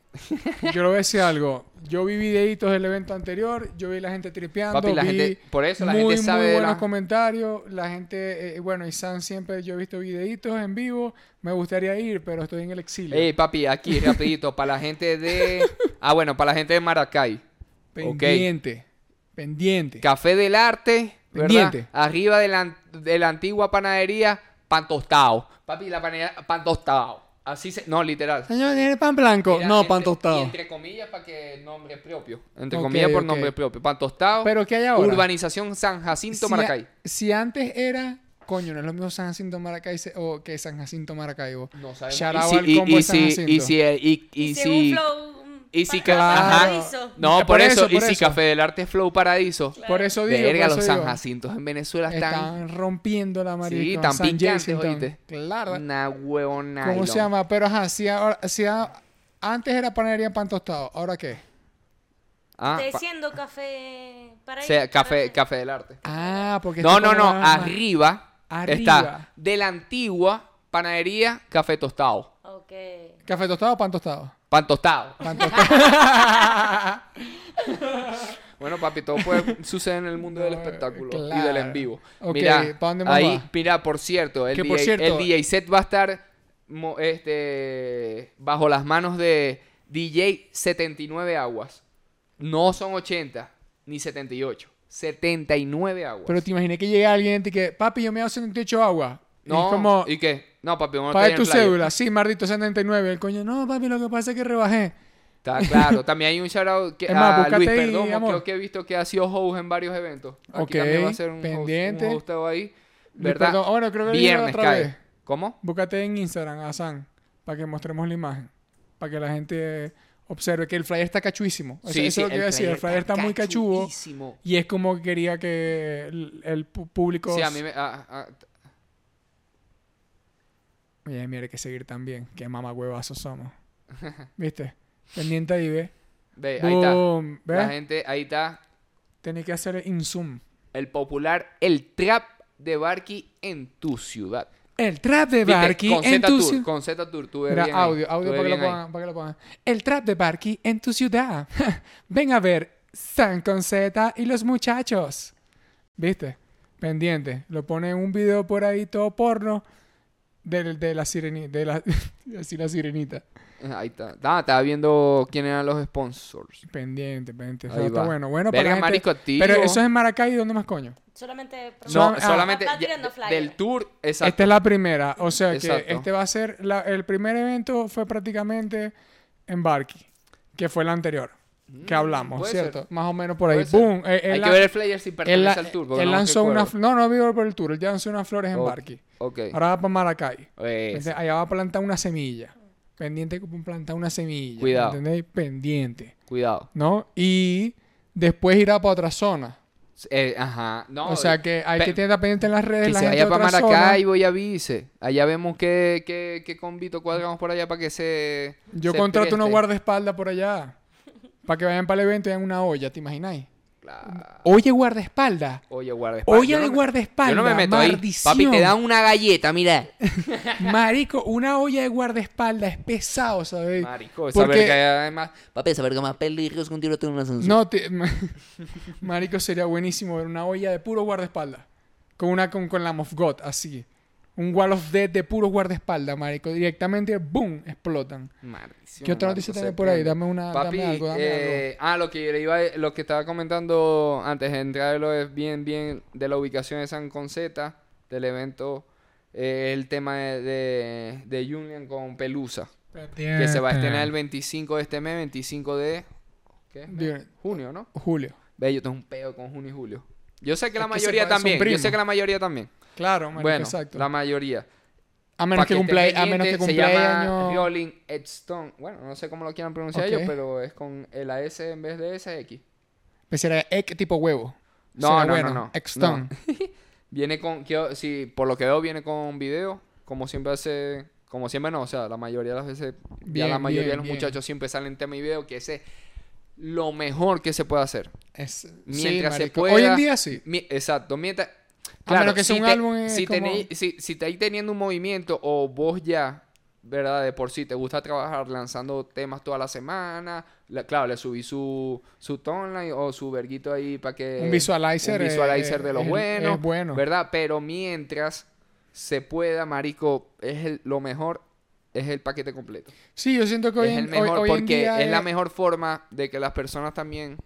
Speaker 2: Yo le voy a decir algo. Yo vi videitos del evento anterior, yo vi la gente tripeando.
Speaker 1: Papi, la
Speaker 2: vi
Speaker 1: gente- por eso la
Speaker 2: muy,
Speaker 1: gente sabe de
Speaker 2: Muy buenos
Speaker 1: la-
Speaker 2: comentarios. La gente, eh, bueno, y San siempre yo he visto videitos en vivo. Me gustaría ir, pero estoy en el exilio.
Speaker 1: Ey, papi, aquí, rapidito, para la gente de... Ah, bueno, para la gente de Maracay. ok.
Speaker 2: pendiente. Pendiente.
Speaker 1: Café del Arte, ¿verdad?
Speaker 2: Pendiente.
Speaker 1: Arriba de la, an- de la antigua panadería, pan tostado. Papi, la panadería, pan tostado. Así se... No, literal.
Speaker 2: Señor, ¿tiene pan blanco?
Speaker 1: Era
Speaker 2: no,
Speaker 1: entre-
Speaker 2: pan tostado.
Speaker 1: y entre comillas, para que nombre propio. Entre
Speaker 2: Ok,
Speaker 1: comillas, por
Speaker 2: ok.
Speaker 1: nombre propio. Pan tostado.
Speaker 2: ¿Pero qué hay ahora?
Speaker 1: Urbanización San Jacinto,
Speaker 2: Si
Speaker 1: Maracay.
Speaker 2: a- si antes era... Coño, no es lo mismo San Jacinto Maracay se- o que San Jacinto Maracaibo.
Speaker 1: No sabemos.
Speaker 2: Shout
Speaker 1: Y
Speaker 2: out
Speaker 1: si-
Speaker 2: al
Speaker 1: y-
Speaker 2: combo
Speaker 1: y
Speaker 2: de San
Speaker 1: si-
Speaker 2: Jacinto.
Speaker 1: Y si... y- y
Speaker 3: Y si
Speaker 1: si-
Speaker 3: un flow, un
Speaker 1: y si
Speaker 3: para-
Speaker 1: ca-
Speaker 3: para-
Speaker 1: ajá.
Speaker 3: paraíso.
Speaker 1: No, por,
Speaker 2: Por
Speaker 1: eso.
Speaker 2: eso,
Speaker 1: Y
Speaker 2: por
Speaker 1: si
Speaker 2: eso.
Speaker 1: Café del Arte es Flow Paradiso.
Speaker 2: Por eso digo...
Speaker 1: Verga,
Speaker 2: por
Speaker 1: los
Speaker 2: eso
Speaker 1: San
Speaker 2: digo.
Speaker 1: Jacintos en Venezuela están...
Speaker 2: Están rompiendo la marica.
Speaker 1: Sí,
Speaker 2: con
Speaker 1: tan
Speaker 2: San
Speaker 1: picantes,
Speaker 2: Jacinto.
Speaker 1: oíste.
Speaker 2: Claro. ¿eh?
Speaker 1: Una huevona.
Speaker 2: ¿Cómo se
Speaker 1: nylon.
Speaker 2: llama? Pero ajá, si ahora, si a- antes era panadería en pan tostado, ¿ahora qué?
Speaker 1: Ah,
Speaker 3: Te
Speaker 1: pa-
Speaker 3: diciendo café para
Speaker 1: o sea,
Speaker 3: ir,
Speaker 1: café,
Speaker 3: para-
Speaker 1: café del Arte.
Speaker 2: Ah, porque...
Speaker 1: No,
Speaker 2: esto
Speaker 1: no,
Speaker 2: como
Speaker 1: no.
Speaker 2: va más-
Speaker 1: Arriba,
Speaker 2: Arriba.
Speaker 1: está de la antigua panadería Café Tostado.
Speaker 3: Ok.
Speaker 2: ¿Café tostado o pan tostado?
Speaker 1: Pan tostado.
Speaker 2: Pan tostado.
Speaker 1: [LAUGHS] Bueno, papi, todo
Speaker 2: [LAUGHS]
Speaker 1: puede suceder en el mundo del
Speaker 2: No,
Speaker 1: espectáculo y
Speaker 2: claro.
Speaker 1: del en vivo.
Speaker 2: Ok,
Speaker 1: mira,
Speaker 2: ¿pa' dónde más
Speaker 1: ahí,
Speaker 2: va?
Speaker 1: mira, por cierto, el,
Speaker 2: Que
Speaker 1: DJ,
Speaker 2: por cierto-
Speaker 1: el DJ set va a estar mo- este, bajo las manos de DJ 79 Aguas. No son 80 ni 78. 79 aguas.
Speaker 2: Pero te imaginé que llega alguien y que, papi, yo me hago 78 agua.
Speaker 1: no,
Speaker 2: y es como,
Speaker 1: ¿y qué? No, papi, vamos a estar
Speaker 2: pague
Speaker 1: en
Speaker 2: tu
Speaker 1: playa.
Speaker 2: cédula. Sí, mardito, 79. El coño, no, papi, lo que pasa es que rebajé.
Speaker 1: Está claro. También hay un shoutout que,
Speaker 2: [LAUGHS] Es más,
Speaker 1: a Luis
Speaker 2: búscate ahí,
Speaker 1: Perdomo.
Speaker 2: amor.
Speaker 1: Creo que he visto que ha sido host en varios eventos. Aquí
Speaker 2: Ok,
Speaker 1: también va a ser un host- un
Speaker 2: pendiente.
Speaker 1: hosteo ahí.
Speaker 2: Luis
Speaker 1: ¿Verdad?
Speaker 2: Perdomo. Ah, Bueno, creo que viene
Speaker 1: Viernes
Speaker 2: otra
Speaker 1: cae.
Speaker 2: vez.
Speaker 1: ¿Cómo?
Speaker 2: Búscate en Instagram a San para que mostremos la imagen. Para que la gente observe que el flyer está cachuísimo. Eso, eso es lo que iba a decir. El flyer está, muy cachudo.
Speaker 1: cachuísimo.
Speaker 2: Y es como que quería que el, el pu- público.
Speaker 1: Sí, a mí me... ah, ah,
Speaker 2: Oye, mira, hay que seguir también. Qué
Speaker 1: [LAUGHS]
Speaker 2: mamagüevazos somos. ¿Viste? Pendiente ahí, ve.
Speaker 1: ve, ahí está.
Speaker 2: Boom.
Speaker 1: La
Speaker 2: ¿Ves?
Speaker 1: gente, ahí está.
Speaker 2: Tenés que hacer el zoom.
Speaker 1: El popular El Trap de Barky en tu ciudad.
Speaker 2: El trap de
Speaker 1: Viste,
Speaker 2: Barky
Speaker 1: con
Speaker 2: en
Speaker 1: Z
Speaker 2: tu
Speaker 1: Tour,
Speaker 2: ciudad.
Speaker 1: Con Z Tour, tuve
Speaker 2: Mira,
Speaker 1: bien ahí,
Speaker 2: audio, audio
Speaker 1: tuve
Speaker 2: para que, lo
Speaker 1: bien ahí.
Speaker 2: pongan, para que lo pongan. El trap de Barky en tu ciudad. [LAUGHS] Ven a ver San con Z y los muchachos. ¿Viste? Pendiente. Lo pone en un video por ahí todo porno del- de, la sirenita. De la, [LAUGHS] iba a decir la sirenita.
Speaker 1: Ahí está. Ah, estaba viendo quiénes eran los sponsors.
Speaker 2: Pendiente, pendiente.
Speaker 1: Ahí
Speaker 2: Eso está
Speaker 1: va.
Speaker 2: bueno. Bueno,
Speaker 1: Verga,
Speaker 2: para la gente-
Speaker 1: marico, activo.
Speaker 2: Pero eso es en Maracay, ¿dónde más coño?
Speaker 3: Solamente.
Speaker 1: No,
Speaker 2: Ah,
Speaker 1: solamente
Speaker 3: Está
Speaker 1: ya-
Speaker 3: tirando
Speaker 1: de-
Speaker 3: flyer.
Speaker 1: del tour, exacto.
Speaker 2: Esta es la primera. O sea
Speaker 1: Exacto.
Speaker 2: que este va a ser. la- el primer evento fue prácticamente en Barky, que fue el anterior. Que hablamos,
Speaker 1: Mm, puede
Speaker 2: ¿cierto?
Speaker 1: ser.
Speaker 2: Más o menos por ahí.
Speaker 1: Puede ser.
Speaker 2: ¡Boom! Eh,
Speaker 1: Hay
Speaker 2: él
Speaker 1: que
Speaker 2: la-
Speaker 1: ver el flyer si
Speaker 2: él la-
Speaker 1: pertenece al tour. porque
Speaker 2: él
Speaker 1: no me
Speaker 2: lanzó una.
Speaker 1: acuerdo.
Speaker 2: No, no vivo por el tour. Él ya lanzó unas flores en
Speaker 1: Oh,
Speaker 2: Barky.
Speaker 1: Ok.
Speaker 2: Ahora va para Maracay.
Speaker 1: Eh,
Speaker 2: Entonces, allá va a plantar una semilla. Pendiente que plantar una semilla.
Speaker 1: Cuidado.
Speaker 2: ¿Entendéis? Pendiente.
Speaker 1: Cuidado.
Speaker 2: ¿No? Y después irá para otra zona.
Speaker 1: Eh, ajá. No,
Speaker 2: o sea que hay
Speaker 1: pe-
Speaker 2: que tener pendiente en las redes.
Speaker 1: que
Speaker 2: la
Speaker 1: se
Speaker 2: gente
Speaker 1: vaya
Speaker 2: de
Speaker 1: para
Speaker 2: otra
Speaker 1: Maracay
Speaker 2: zona.
Speaker 1: voy a avise. Allá vemos qué, qué, qué convito cuadramos por allá para que se.
Speaker 2: Yo
Speaker 1: se
Speaker 2: contrato
Speaker 1: preste.
Speaker 2: unos guardaespaldas
Speaker 1: [LAUGHS]
Speaker 2: por allá. Para que vayan para el evento y hagan una olla, ¿te imagináis?
Speaker 1: Claro.
Speaker 2: Oye, guardaespaldas.
Speaker 1: Oye, guardaespaldas.
Speaker 2: Olla
Speaker 1: Ah. Yo
Speaker 2: de
Speaker 1: no me-
Speaker 2: guardaespaldas.
Speaker 1: Yo no me meto ahí.
Speaker 2: maldición.
Speaker 1: Papi, te dan una galleta, mira. [LAUGHS]
Speaker 2: Marico, una olla de guardaespaldas es pesado, ¿sabes?
Speaker 1: Marico, esa
Speaker 2: Porque-
Speaker 1: verga además.
Speaker 4: Papi, saber que más peligros que un tiroteo en un ascensor.
Speaker 2: No, te- [LAUGHS] Marico, sería buenísimo ver una olla de puro guardaespaldas. Con una con, con Lamb of God, así. Un Wall of Death de puro guardaespaldas, marico. Directamente, boom, explotan.
Speaker 1: Maldición,
Speaker 2: ¿Qué otra
Speaker 1: marico,
Speaker 2: noticia
Speaker 1: se
Speaker 2: tenés por ahí?
Speaker 1: pierde.
Speaker 2: Dame una- dame
Speaker 1: Papi,
Speaker 2: algo, dame
Speaker 1: eh, Ah, lo que, le iba, lo que estaba comentando antes de entrarlo es bien, bien de la ubicación de San Conceta, del evento, eh, el tema de, de, de Julian con Pelusa, que se va a estrenar el 25 de este mes, 25 de ¿qué es, mes?
Speaker 2: Bien.
Speaker 1: junio, ¿no?
Speaker 2: Julio.
Speaker 1: Ve, yo tengo un peo con junio y julio. Yo sé que la
Speaker 2: Es que se
Speaker 1: mayoría
Speaker 2: pa- son
Speaker 1: también, yo sé
Speaker 2: primos.
Speaker 1: que la mayoría también.
Speaker 2: Claro, marico,
Speaker 1: bueno,
Speaker 2: exacto.
Speaker 1: la mayoría.
Speaker 2: A menos
Speaker 1: Pa'
Speaker 2: que,
Speaker 1: estén
Speaker 2: cumpla, a
Speaker 1: pendientes,
Speaker 2: menos que
Speaker 1: Se
Speaker 2: cumpla
Speaker 1: llama
Speaker 2: año.
Speaker 1: Rolling Stone. Bueno, no sé cómo lo quieran pronunciar
Speaker 2: Ok.
Speaker 1: ellos, pero es con el AS en vez de SX.
Speaker 2: Pues será egg tipo huevo.
Speaker 1: No,
Speaker 2: Será
Speaker 1: no,
Speaker 2: bueno,
Speaker 1: no, no.
Speaker 2: egg stone.
Speaker 1: Viene con, si por lo que veo, viene con video. Como siempre hace, como siempre no, o sea, la mayoría de las veces,
Speaker 2: Bien,
Speaker 1: ya la mayoría
Speaker 2: bien,
Speaker 1: de los
Speaker 2: bien.
Speaker 1: muchachos siempre salen tema y video, que ese es lo mejor que se puede hacer.
Speaker 2: Es- sí,
Speaker 1: Mientras se
Speaker 2: marico.
Speaker 1: pueda.
Speaker 2: Hoy en día sí.
Speaker 1: Mi- exacto, mientras.
Speaker 2: A menos que sea un álbum, eh,
Speaker 1: si,
Speaker 2: como-
Speaker 1: tenéis- si, si estáis teniendo un movimiento o vos ya, ¿verdad? De por sí te gusta trabajar lanzando temas toda la semana. la- claro, le subí su, su timeline o su verguito ahí para que.
Speaker 2: Un visualizer,
Speaker 1: Un visualizer
Speaker 2: eh,
Speaker 1: de los
Speaker 2: es-
Speaker 1: buenos.
Speaker 2: es bueno.
Speaker 1: ¿Verdad? Pero mientras se pueda, marico, es el- lo mejor, es el paquete completo
Speaker 2: Sí, yo siento que hoy
Speaker 1: es el
Speaker 2: en, hoy-
Speaker 1: mejor
Speaker 2: hoy en
Speaker 1: porque
Speaker 2: día
Speaker 1: es la mejor forma de que las personas también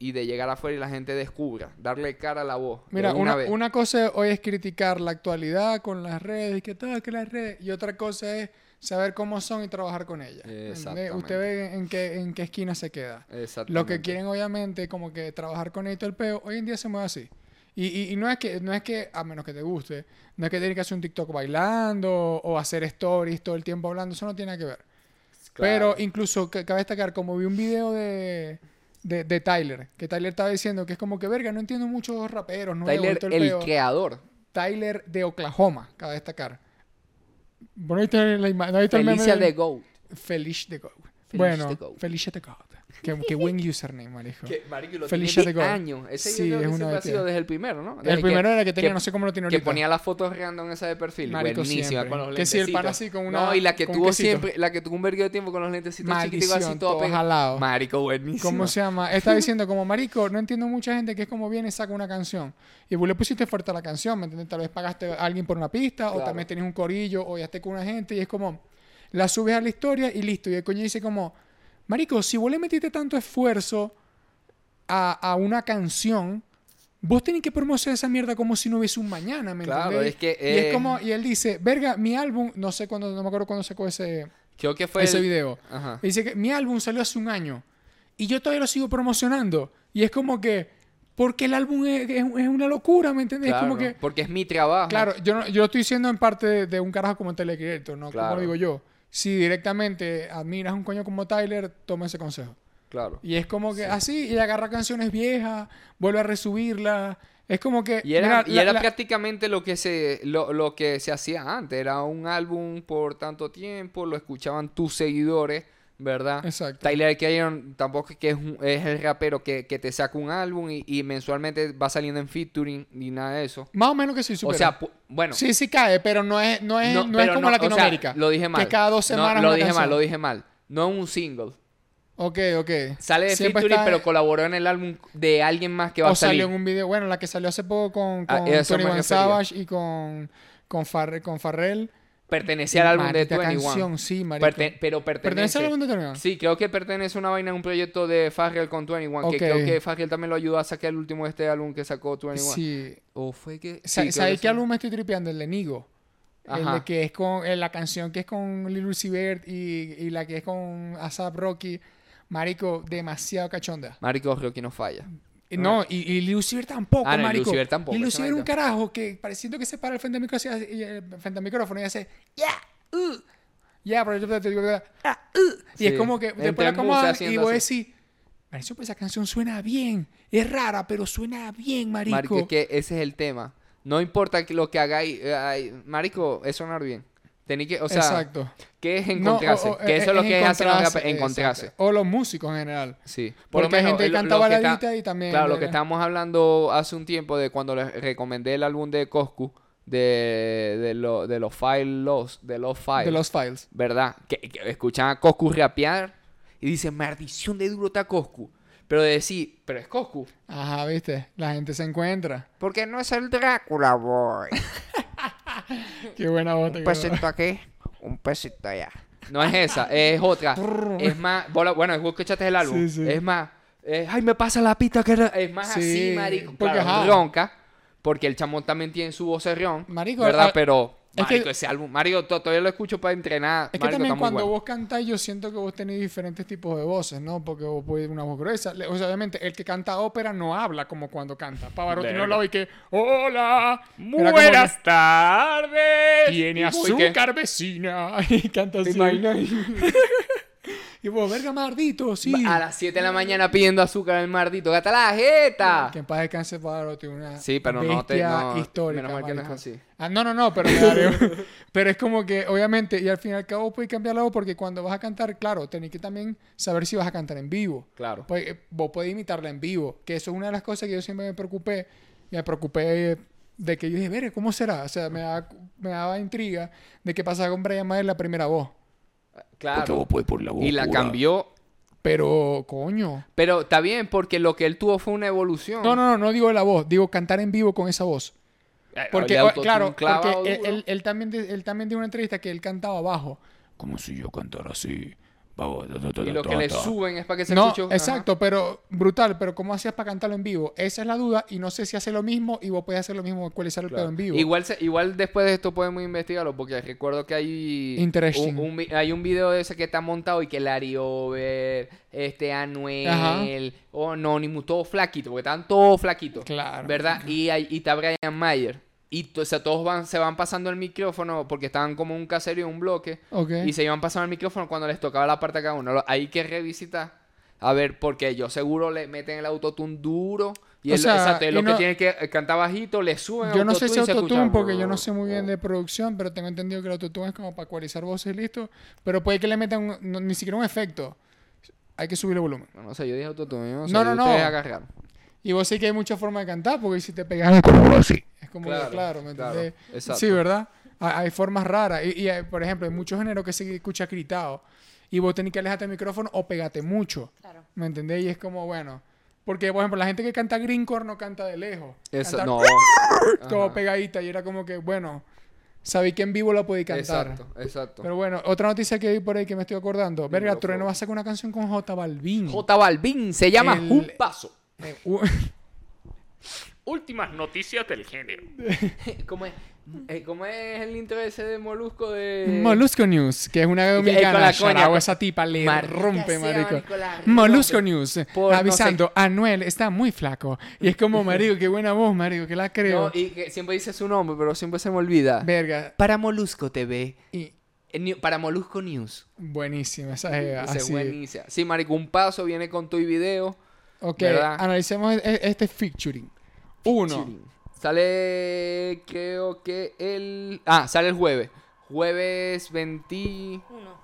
Speaker 1: y de llegar afuera y la gente descubra, darle cara a la voz. de
Speaker 2: Mira,
Speaker 1: una,
Speaker 2: una,
Speaker 1: vez.
Speaker 2: una cosa hoy es criticar la actualidad con las redes, que todo, que las redes. Y otra cosa es saber cómo son y trabajar con ellas. ¿entendés?
Speaker 1: Exactamente.
Speaker 2: Usted ve en qué, en qué esquina se queda. Lo
Speaker 1: Exactamente.
Speaker 2: que quieren, obviamente, como que trabajar con esto el peo, hoy en día se mueve así. Y, y- y no es que, no es que, a menos que te guste, no es que tienes que hacer un TikTok bailando o hacer stories todo el tiempo hablando, eso no tiene nada que ver.
Speaker 1: Claro.
Speaker 2: Pero incluso ca- cabe destacar, como vi un video de, de, de Tyler, que Tyler estaba diciendo que es como que verga, no entiendo muchos raperos, no
Speaker 1: Tyler, el, creador.
Speaker 2: Tyler de Oklahoma, cabe destacar. Bueno, ahí está la imagen. Ahí está el meme
Speaker 1: Felicia
Speaker 2: del-
Speaker 1: de Goat.
Speaker 2: Felish the God.
Speaker 1: Felish
Speaker 2: bueno,
Speaker 1: the Goat.
Speaker 2: Felicia the God. Qué, qué buen
Speaker 1: [LAUGHS]
Speaker 2: username, marico.
Speaker 1: Que, marico, lo
Speaker 2: Felicia
Speaker 1: tiene
Speaker 2: de Goat.
Speaker 1: años. Ese
Speaker 2: Sí,
Speaker 1: yo creo
Speaker 2: es
Speaker 1: que
Speaker 2: una
Speaker 1: siempre ha
Speaker 2: bestia.
Speaker 1: sido desde el primero, ¿no? Desde
Speaker 2: el primero era que tenía,
Speaker 1: que-
Speaker 2: no sé cómo lo tiene
Speaker 1: que
Speaker 2: ahorita.
Speaker 1: ponía las fotos random esa de perfil.
Speaker 2: Marico,
Speaker 1: Buenísima,
Speaker 2: siempre.
Speaker 1: con los
Speaker 2: Que si el
Speaker 1: lentecitos.
Speaker 2: pana así con una-
Speaker 1: No, y la que
Speaker 2: con
Speaker 1: tuvo
Speaker 2: quesito.
Speaker 1: siempre, la que tuvo un verguero de tiempo con los lentecitos chiquiticos así
Speaker 2: Maldición,
Speaker 1: todo
Speaker 2: todo
Speaker 1: pegado.
Speaker 2: jalado.
Speaker 1: Marico, buenísimo.
Speaker 2: ¿Cómo se llama? Está diciendo como, marico, no entiendo mucha gente que es como viene y saca una canción. Y vos le pusiste fuerte a la canción, ¿me entiendes? Tal vez pagaste a alguien por una pista, o
Speaker 1: Claro.
Speaker 2: también tenés un corillo, o ya estés con una gente, y es como, la subes a la historia y listo. Y el coño dice como, marico, si vos le metiste tanto esfuerzo a, a una canción, vos tenés que promocionar esa mierda como si no hubiese un mañana, ¿me
Speaker 1: Claro,
Speaker 2: entendés?
Speaker 1: es que,
Speaker 2: Y
Speaker 1: eh,
Speaker 2: es como, y él dice, verga, mi álbum, no sé cuándo, no me acuerdo cuándo sacó ese,
Speaker 1: Creo que fue
Speaker 2: ese
Speaker 1: el-
Speaker 2: video.
Speaker 1: Ajá.
Speaker 2: Dice que mi álbum salió hace un año y yo todavía lo sigo promocionando. Y es como que, porque el álbum es, es- es una locura, ¿me entendés?
Speaker 1: Claro,
Speaker 2: es como que,
Speaker 1: porque es mi trabajo.
Speaker 2: claro, yo, no- yo lo estoy diciendo en parte de, de un carajo como Telecrito, no como
Speaker 1: Claro.
Speaker 2: lo digo yo. Si directamente admiras a un coño como Tyler, toma ese consejo.
Speaker 1: Claro.
Speaker 2: Y es como que así, y agarra canciones viejas, vuelve a resubirlas. Es como que.
Speaker 1: Y era,
Speaker 2: mira,
Speaker 1: y
Speaker 2: la-
Speaker 1: era
Speaker 2: la-
Speaker 1: prácticamente lo que se lo, lo que se hacía antes, era un álbum por tanto tiempo, lo escuchaban tus seguidores, ¿verdad?
Speaker 2: Exacto.
Speaker 1: Tyler Creator tampoco es que es, un- es el rapero que, que te saca un álbum y, y mensualmente va saliendo en featuring ni nada de eso.
Speaker 2: Más o menos que sí, supera.
Speaker 1: O sea, pu- bueno,
Speaker 2: sí, sí cae, pero no es, no es, no,
Speaker 1: no, pero
Speaker 2: es como
Speaker 1: no, o sea,
Speaker 2: Latinoamérica.
Speaker 1: lo dije mal.
Speaker 2: Que cada dos
Speaker 1: No,
Speaker 2: semanas.
Speaker 1: lo
Speaker 2: una
Speaker 1: dije mal,
Speaker 2: canción.
Speaker 1: lo dije mal. No un single.
Speaker 2: Ok, ok.
Speaker 1: Sale de
Speaker 2: Siempre
Speaker 1: featuring,
Speaker 2: está-
Speaker 1: pero colaboró en el álbum de alguien más que va
Speaker 2: O
Speaker 1: a salir.
Speaker 2: salió en un video, bueno, la que salió hace poco con,
Speaker 1: Ah,
Speaker 2: con
Speaker 1: eso me
Speaker 2: 21
Speaker 1: refería.
Speaker 2: Savage y con, con, Farre- con Farrell.
Speaker 1: Pertenecía al álbum
Speaker 2: Maldita
Speaker 1: de 21.
Speaker 2: canción, sí, marico.
Speaker 1: Perte- pero pertenece.
Speaker 2: ¿Pertenece al álbum de 21?
Speaker 1: Sí, creo que pertenece a una vaina, un proyecto de Farrell con 21.
Speaker 2: Ok.
Speaker 1: Que creo que Farrell también lo ayudó a sacar el último de este álbum que sacó 21.
Speaker 2: Sí.
Speaker 1: ¿O fue que.?
Speaker 2: Sa-
Speaker 1: sí, creo
Speaker 2: ¿Sabes
Speaker 1: que
Speaker 2: qué
Speaker 1: sí.
Speaker 2: álbum me estoy tripeando? El de Nigo. El
Speaker 1: Ajá.
Speaker 2: de que es con eh, la canción que es con Lil Uzi Vert y, y la que es con ASAP Rocky. Marico, demasiado cachonda.
Speaker 1: Marico, creo que no falla.
Speaker 2: Y No, y, y Lil Uzi Vert tampoco,
Speaker 1: Ah, no, y Lil
Speaker 2: marico.
Speaker 1: Uzi Vert tampoco,
Speaker 2: Lil
Speaker 1: ese
Speaker 2: Uzi Vert un
Speaker 1: marica.
Speaker 2: carajo que pareciendo que se para al frente del micrófono y, hace- y, eh, frente al micrófono y hace yeah, uh, yeah, pero yo te digo, ah, uh", y
Speaker 1: Sí,
Speaker 2: es como que
Speaker 1: entre
Speaker 2: después la
Speaker 1: musas
Speaker 2: acomodan y
Speaker 1: haciendo
Speaker 2: vos
Speaker 1: así.
Speaker 2: decís, "Marico, pues esa canción suena bien, es rara, pero suena bien, marico.
Speaker 1: Marico, es que ese es el tema. No importa que lo que hagáis. eh, ay, Marico, es sonar bien. Tenéis que. O sea, [LAUGHS]
Speaker 2: Exacto.
Speaker 1: ¿qué es
Speaker 2: No, o-
Speaker 1: encontrarse?
Speaker 2: o,
Speaker 1: que
Speaker 2: eh,
Speaker 1: eso es lo que hacen los
Speaker 2: encontrarse,
Speaker 1: rap- encontrarse.
Speaker 2: exacto. O los músicos en general.
Speaker 1: Sí.
Speaker 2: Porque hay gente que
Speaker 1: el-
Speaker 2: canta
Speaker 1: lo está-
Speaker 2: baladita y también
Speaker 1: Claro, lo
Speaker 2: de-
Speaker 1: que estábamos hablando hace un tiempo de cuando les recomendé el álbum de Coscu, de, de, lo- de los File Lost, de los Files.
Speaker 2: De los files.
Speaker 1: ¿Verdad? Que, que escuchan a Coscu rapear y dicen, maldición de duro está Coscu. Pero de decir, pero es Coscu.
Speaker 2: Ajá, viste. La gente se encuentra.
Speaker 1: Porque no es el Drácula, boy.
Speaker 2: Qué buena bota.
Speaker 5: Un
Speaker 2: qué
Speaker 5: pesito aquí, un pesito allá.
Speaker 1: Pues No es esa, es otra. es más, bola- bueno, es que escuchaste el álbum.
Speaker 2: Sí, sí.
Speaker 1: Es más, eh, ay, me pasa la pita que era- es más así,
Speaker 2: Sí,
Speaker 1: marico.
Speaker 2: porque,
Speaker 1: claro,
Speaker 2: ajá.
Speaker 1: ronca, porque el chamón también tiene su vocerrón,
Speaker 2: Marico,
Speaker 1: ¿verdad?
Speaker 2: ah,
Speaker 1: Pero
Speaker 2: es que-
Speaker 1: marico, ese álbum, Mario, todavía lo escucho para entrenar.
Speaker 2: Es que
Speaker 1: marico,
Speaker 2: también
Speaker 1: está muy
Speaker 2: cuando
Speaker 1: bueno.
Speaker 2: vos cantáis, yo siento que vos tenéis diferentes tipos de voces, ¿no? Porque vos podés una voz gruesa. Le- O sea, obviamente, el que canta ópera no habla como cuando canta. Pavarotti no
Speaker 1: Verga.
Speaker 2: habla y que, hola, Era como
Speaker 1: Buenas
Speaker 2: que,
Speaker 1: tardes.
Speaker 2: Tiene
Speaker 1: Y como, ¿y qué?
Speaker 2: azúcar vecina. [LAUGHS] Y canta así. [LAUGHS] y vos, verga, mardito, sí.
Speaker 1: A las 7 de la mañana pidiendo azúcar al mardito. ¡Gata la jeta!
Speaker 2: Que en paz descanse Pavarotti, una
Speaker 1: Ah. Sí, pero no te-
Speaker 2: bestia
Speaker 1: no,
Speaker 2: histórica.
Speaker 1: menos mal que no es
Speaker 2: marico.
Speaker 1: así.
Speaker 2: Ah, no, no, no, pero me
Speaker 1: [LAUGHS]
Speaker 2: daré un- Pero es como que, obviamente, y al fin y al cabo puedes cambiar la voz porque cuando vas a cantar, claro, tenés que también saber si vas a cantar en vivo.
Speaker 1: Claro.
Speaker 2: Pues, eh, vos podés imitarla en vivo, que eso es una de las cosas que yo siempre me preocupé. Me preocupé eh, de que yo dije, ver, ¿cómo será? O sea, me daba, me daba intriga de qué pasaba con Brian Mayer la primera voz.
Speaker 4: Porque
Speaker 1: Claro.
Speaker 4: vos podés por la voz.
Speaker 1: Y la
Speaker 4: pura.
Speaker 1: cambió.
Speaker 2: Pero, coño.
Speaker 1: Pero está bien, porque lo que él tuvo fue una evolución.
Speaker 2: No, no, no, no digo la voz, digo cantar en vivo con esa voz.
Speaker 1: Eh,
Speaker 2: Porque,
Speaker 1: le
Speaker 2: o-
Speaker 1: autotune
Speaker 2: claro,
Speaker 1: clavado
Speaker 2: porque él,
Speaker 1: duro.
Speaker 2: él- él también, de- él también dio una entrevista que él cantaba bajo.
Speaker 4: Como si yo cantara así. Vamos, ta, ta, ta,
Speaker 1: Y lo
Speaker 4: ta,
Speaker 1: que le
Speaker 4: ta.
Speaker 1: suben es para que se
Speaker 2: no,
Speaker 1: escuche. Ajá.
Speaker 2: exacto, pero brutal. Pero ¿cómo hacías para cantarlo en vivo? Esa es la duda y no sé si hace lo mismo y vos podés hacer lo mismo actualizar el pedo en vivo.
Speaker 1: Igual, se- igual después de esto podemos investigarlo porque recuerdo que hay
Speaker 2: Interesting.
Speaker 1: un, un vi- hay un video de ese que está montado y que Larry Over, este
Speaker 2: Ajá.
Speaker 1: Anuel, Anonymous, todos flaquitos, porque están todos flaquitos.
Speaker 2: Claro.
Speaker 1: ¿Verdad? Y, hay- y está Brian Mayer. Y to- o sea, todos van, se van pasando el micrófono porque estaban como un caserío, un bloque.
Speaker 2: Ok.
Speaker 1: Y se iban pasando el micrófono cuando les tocaba la parte a cada uno. Lo- Hay que revisitar. A ver, porque yo seguro le meten el autotune duro. Y
Speaker 2: O
Speaker 1: es lo-
Speaker 2: sea,
Speaker 1: exacto, es
Speaker 2: y
Speaker 1: lo
Speaker 2: no-
Speaker 1: que tiene que eh, cantar bajito, le suben
Speaker 2: yo no sé si
Speaker 1: autotune y se Oh.
Speaker 2: autotune
Speaker 1: escucha-
Speaker 2: porque yo no sé muy bien de producción, pero tengo entendido que el autotune es como para actualizar voces y listo. Pero puede que le metan un- no, ni siquiera un efecto. Hay que subir el volumen.
Speaker 1: No, no sé, yo dije autotune. No, sé,
Speaker 2: No, no, no.
Speaker 1: ustedes agarraron.
Speaker 2: Y vos sí que hay muchas formas de cantar porque si te pegas
Speaker 4: Como así.
Speaker 2: Es como,
Speaker 1: Claro,
Speaker 2: que, claro, ¿me
Speaker 1: claro,
Speaker 2: entendés?
Speaker 1: exacto.
Speaker 2: Sí, ¿verdad? Ha- Hay, formas raras. Y, y hay, por ejemplo, hay muchos géneros que se escucha gritado. Y vos tenés que alejarte del micrófono o pegate mucho.
Speaker 3: Claro.
Speaker 2: ¿Me entendés? Y es como, bueno. Porque, por ejemplo, la gente que canta Greencore no canta de lejos.
Speaker 1: Eso,
Speaker 2: Canta
Speaker 1: no.
Speaker 2: Todo
Speaker 1: Ajá.
Speaker 2: pegadita. Y era como que, bueno, sabí que en vivo la podía [LAUGHS] cantar.
Speaker 1: Exacto, exacto.
Speaker 2: Pero bueno, otra noticia que vi por ahí que me estoy acordando. Verga,
Speaker 1: por
Speaker 2: Trueno
Speaker 1: favor.
Speaker 2: [LAUGHS] va a sacar una canción con J Balvin.
Speaker 1: J Balvin se llama
Speaker 2: El-
Speaker 1: Un Paso. [LAUGHS]
Speaker 2: en u-
Speaker 6: Últimas noticias del género.
Speaker 1: ¿Cómo es, Eh, ¿Cómo es el intro ese de Molusco de...
Speaker 2: Molusco News, que es una
Speaker 1: eh, con la
Speaker 2: dominicana. Charabo,
Speaker 1: coña,
Speaker 2: esa tipa le
Speaker 1: marica, sea,
Speaker 2: rompe, marico.
Speaker 1: marico, la rompe.
Speaker 2: Molusco News,
Speaker 1: Por no
Speaker 2: avisando, Anuel está muy flaco. Y
Speaker 1: [LAUGHS]
Speaker 2: es como, marico, qué buena voz, marico, que la creo.
Speaker 1: No, y que siempre dice su nombre, pero siempre se me olvida.
Speaker 2: Verga.
Speaker 1: Para Molusco TV.
Speaker 2: Y
Speaker 1: eh, New- Para Molusco News.
Speaker 2: buenísima esa jeva,
Speaker 1: Ese
Speaker 2: Eh, así.
Speaker 1: buenísimo. Sí, marico, un paso viene con tu video.
Speaker 2: Ok,
Speaker 1: ¿Verdad?
Speaker 2: analicemos e- e- este featuring. Uno.
Speaker 1: Chilling. Sale, creo que el... Ah, sale el jueves. Jueves 20...
Speaker 3: Uno.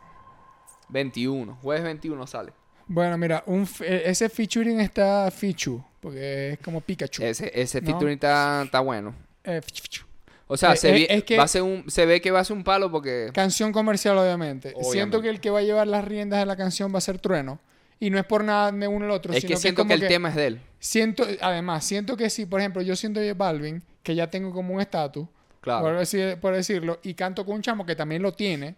Speaker 1: 21. Jueves 21 sale.
Speaker 2: Bueno, mira, un f- e- ese featuring está Fichu, porque es como Pikachu.
Speaker 1: Ese, ese
Speaker 2: No.
Speaker 1: featuring está, está bueno.
Speaker 2: Eh, Fichu, Fichu.
Speaker 1: O sea,
Speaker 2: Eh,
Speaker 1: se,
Speaker 2: eh,
Speaker 1: vi-
Speaker 2: es que-
Speaker 1: va a ser un, se ve que va a ser un palo porque...
Speaker 2: Canción comercial, obviamente.
Speaker 1: Obviamente.
Speaker 2: Siento que el que va a llevar las riendas de la canción va a ser Trueno. Y no es por nada de uno al otro,
Speaker 1: Es
Speaker 2: sino
Speaker 1: que siento
Speaker 2: como
Speaker 1: que, el tema es de él.
Speaker 2: Siento, además, siento que si, por ejemplo, yo siento J Balvin, que ya tengo como un estatus, por,
Speaker 1: Claro.
Speaker 2: decir- por decirlo, y canto con un chamo que también lo tiene,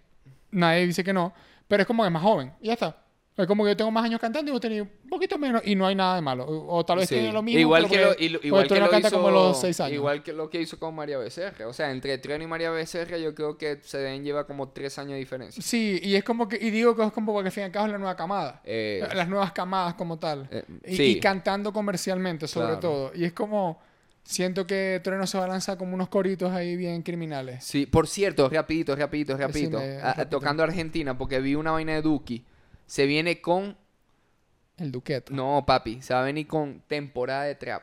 Speaker 2: nadie dice que no, pero es como que es más joven, y ya está. Es como que yo tengo más años cantando y vos tenés un poquito menos, y no hay nada de malo. O, o tal vez
Speaker 1: Sí.
Speaker 2: tiene lo mismo.
Speaker 1: igual
Speaker 2: pero
Speaker 1: que lo,
Speaker 2: porque-
Speaker 1: y lo-
Speaker 2: porque
Speaker 1: igual
Speaker 2: tú
Speaker 1: que
Speaker 2: no
Speaker 1: lo
Speaker 2: cantas
Speaker 1: hizo,
Speaker 2: como a los seis años.
Speaker 1: igual que lo que hizo con María Becerra. O sea, entre Triano y María Becerra yo creo que se deben llevar como tres años de diferencia.
Speaker 2: Sí, y es como que, y digo que es como porque al fin y al cabo es la nueva camada.
Speaker 1: Eh,
Speaker 2: las nuevas camadas como tal.
Speaker 1: Eh,
Speaker 2: y,
Speaker 1: sí.
Speaker 2: y cantando comercialmente, sobre
Speaker 1: Claro.
Speaker 2: todo. Y es como, siento que Trueno se va a lanzar como unos coritos ahí bien criminales.
Speaker 1: Sí, por cierto, rapidito, rapidito, rapidito.
Speaker 2: Decime,
Speaker 1: ah, ah,
Speaker 2: rapidito.
Speaker 1: tocando Argentina, porque vi una vaina de Duki. Se viene con.
Speaker 2: El Duqueto.
Speaker 1: No, papi, se va a venir con temporada de trap.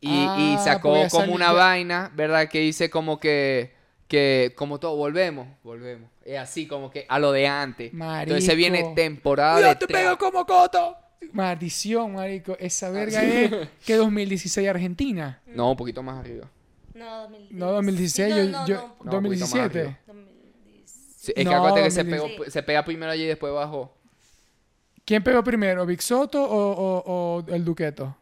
Speaker 1: Y, y
Speaker 2: Ah,
Speaker 1: sacó
Speaker 2: porque ya
Speaker 1: como
Speaker 2: salió-
Speaker 1: una
Speaker 2: ya-
Speaker 1: vaina, ¿verdad? Que dice como que. Que como todo, volvemos, volvemos. Es así como que a lo de antes. Entonces se viene
Speaker 2: Marico.
Speaker 1: temporada de
Speaker 2: ¡Yo te
Speaker 1: trap.
Speaker 2: pego como coto! Maldición, marico.
Speaker 1: Ah,
Speaker 2: Esa verga es
Speaker 1: [LAUGHS]
Speaker 2: que 2016 Argentina.
Speaker 1: No, un poquito más arriba.
Speaker 3: No, 2016.
Speaker 2: No, 2016,
Speaker 3: No,
Speaker 2: yo,
Speaker 3: no,
Speaker 2: yo-
Speaker 3: no, un poco.
Speaker 1: No, un poquito más
Speaker 2: 2017.
Speaker 1: arriba.
Speaker 3: 2016.
Speaker 1: Sí, es
Speaker 2: No,
Speaker 1: que acuérdate que se,
Speaker 2: 2016.
Speaker 1: pegó- se pega primero allí y después bajó.
Speaker 2: ¿Quién pegó primero, Big Soto o, o- o el Duqueto?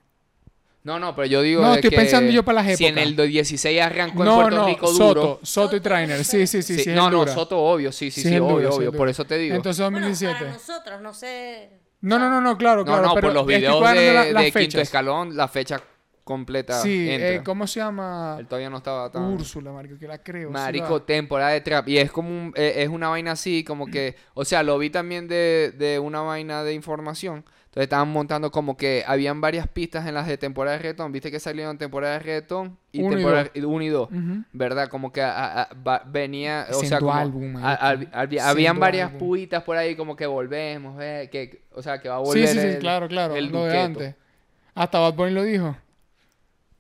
Speaker 1: No, no, pero yo digo.
Speaker 2: No,
Speaker 1: de
Speaker 2: estoy
Speaker 1: que
Speaker 2: pensando yo para las
Speaker 1: Si en
Speaker 2: épocas.
Speaker 1: el 16 arrancó en
Speaker 2: No,
Speaker 1: Puerto
Speaker 2: no,
Speaker 1: Rico duro.
Speaker 2: Soto, Soto y Trainer. Sí, sí, sí, sí.
Speaker 1: Sí,
Speaker 2: es
Speaker 1: no,
Speaker 2: el
Speaker 1: no,
Speaker 2: dura.
Speaker 1: Soto, obvio, sí, sí,
Speaker 2: Sí,
Speaker 1: sí,
Speaker 2: es
Speaker 1: obvio,
Speaker 2: duro, sí, es
Speaker 1: obvio.
Speaker 2: duro.
Speaker 1: Por eso te digo.
Speaker 2: Entonces
Speaker 3: Bueno,
Speaker 2: 2017.
Speaker 3: para nosotros, no sé.
Speaker 2: no, no, no, no, claro,
Speaker 1: no,
Speaker 2: claro.
Speaker 1: no,
Speaker 2: pero
Speaker 1: por los
Speaker 2: estoy
Speaker 1: videos
Speaker 2: cuadrando
Speaker 1: de,
Speaker 2: la-
Speaker 1: de
Speaker 2: las
Speaker 1: Quinto
Speaker 2: fechas.
Speaker 1: Escalón, la fecha completa.
Speaker 2: Sí,
Speaker 1: entra.
Speaker 2: eh, ¿cómo se llama?
Speaker 1: Él todavía no estaba tan.
Speaker 2: Úrsula, marico, que la creo. sí
Speaker 1: Marico,
Speaker 2: va.
Speaker 1: temporada de trap. Y es como un- eh, es una vaina así, como que. O sea, lo vi también de, de una vaina de información. Entonces estaban montando como que habían varias pistas en las de temporada de reggaetón. Viste que salieron temporada de reggaetón y
Speaker 2: Uno y
Speaker 1: temporada 1 y 2.
Speaker 2: Ujú.
Speaker 1: ¿Verdad? Como que a- a- a- va- venía, o
Speaker 2: Haciendo
Speaker 1: sea, como-
Speaker 2: álbum,
Speaker 1: a-
Speaker 2: marico.
Speaker 1: al- al-
Speaker 2: Haciendo
Speaker 1: habían varias
Speaker 2: álbum.
Speaker 1: puitas por ahí como que volvemos, eh, que, o sea, que va a
Speaker 2: Sí,
Speaker 1: volver
Speaker 2: sí, sí,
Speaker 1: el-
Speaker 2: claro, claro.
Speaker 1: el
Speaker 2: lo de
Speaker 1: Duqueto.
Speaker 2: antes. Hasta Bad Bunny lo dijo.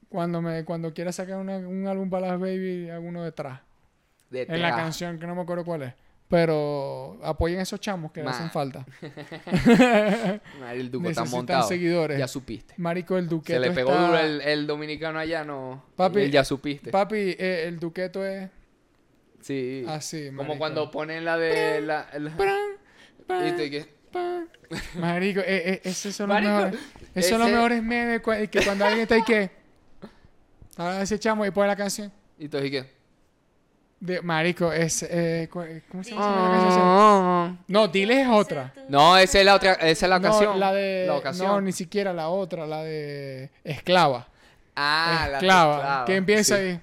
Speaker 2: Cuando, me, cuando quiera sacar una- un álbum para las baby, alguno detrás.
Speaker 1: de
Speaker 2: En la
Speaker 1: trap.
Speaker 2: canción, que no me acuerdo cuál es. Pero apoyen a esos chamos que le
Speaker 1: Ma.
Speaker 2: hacen falta.
Speaker 1: Madre, el Duco está
Speaker 2: Necesitan
Speaker 1: montado.
Speaker 2: seguidores.
Speaker 1: Ya supiste.
Speaker 2: Marico, el
Speaker 1: Se
Speaker 2: Duqueto
Speaker 1: le pegó
Speaker 2: está-
Speaker 1: duro el, este. el dominicano allá, no.
Speaker 2: Papi,
Speaker 1: el ya supiste.
Speaker 2: Papi, eh, el Duqueto es
Speaker 1: sí.
Speaker 2: así,
Speaker 1: Como
Speaker 2: marico.
Speaker 1: cuando ponen la de la, la-
Speaker 2: Pran, pran,
Speaker 1: ¿viste? Y que-
Speaker 2: pran. [LAUGHS] Marico, eh, eh, esos son los
Speaker 1: Marico,
Speaker 2: mejores. Esos son los
Speaker 1: ese-
Speaker 2: mejores memes cua- que cuando alguien está ahí que. [LAUGHS] Ahora ese chamo y pone la canción.
Speaker 1: y entonces y que-
Speaker 2: De, marico, es. Eh, cua- ¿Cómo se llama la canción?
Speaker 1: Ah.
Speaker 2: No, dile es otra.
Speaker 1: No, esa es la otra, esa es la
Speaker 2: No,
Speaker 1: ocasión.
Speaker 2: la de.
Speaker 1: ocasión.
Speaker 2: No, ni siquiera la otra, la de. Esclava.
Speaker 1: Ah, la
Speaker 2: esclava.
Speaker 1: esclava,
Speaker 2: Que empieza
Speaker 1: sí.
Speaker 2: ahí.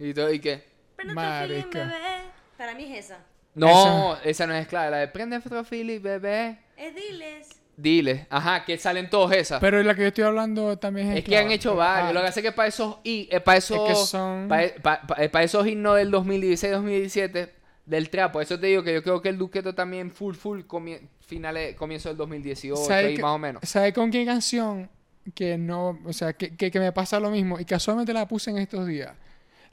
Speaker 1: Y entonces y que
Speaker 3: Pero no te
Speaker 2: Marica.
Speaker 3: fíen, bebé. Para mí es esa.
Speaker 1: No, esa, no es clave. La de prende otro fili, bebé.
Speaker 3: Es diles.
Speaker 1: Dile. Ajá, que salen todos esas.
Speaker 2: Pero la que yo estoy hablando también es.
Speaker 1: es que han
Speaker 2: esclava.
Speaker 1: hecho varios.
Speaker 2: Ah,
Speaker 1: Lo que hace que para esos y eh, para esos eh,
Speaker 2: que son-
Speaker 1: para, para- para- para esos himnos del 2016-2017 del trapo. Eso te digo que yo creo que el Duqueto también full full comie- finales comienzo del 2018
Speaker 2: ¿Sabe
Speaker 1: ahí
Speaker 2: que-
Speaker 1: más o menos.
Speaker 2: ¿Sabe con qué canción que no, o sea, que, que, que me pasa lo mismo y casualmente la puse en estos días?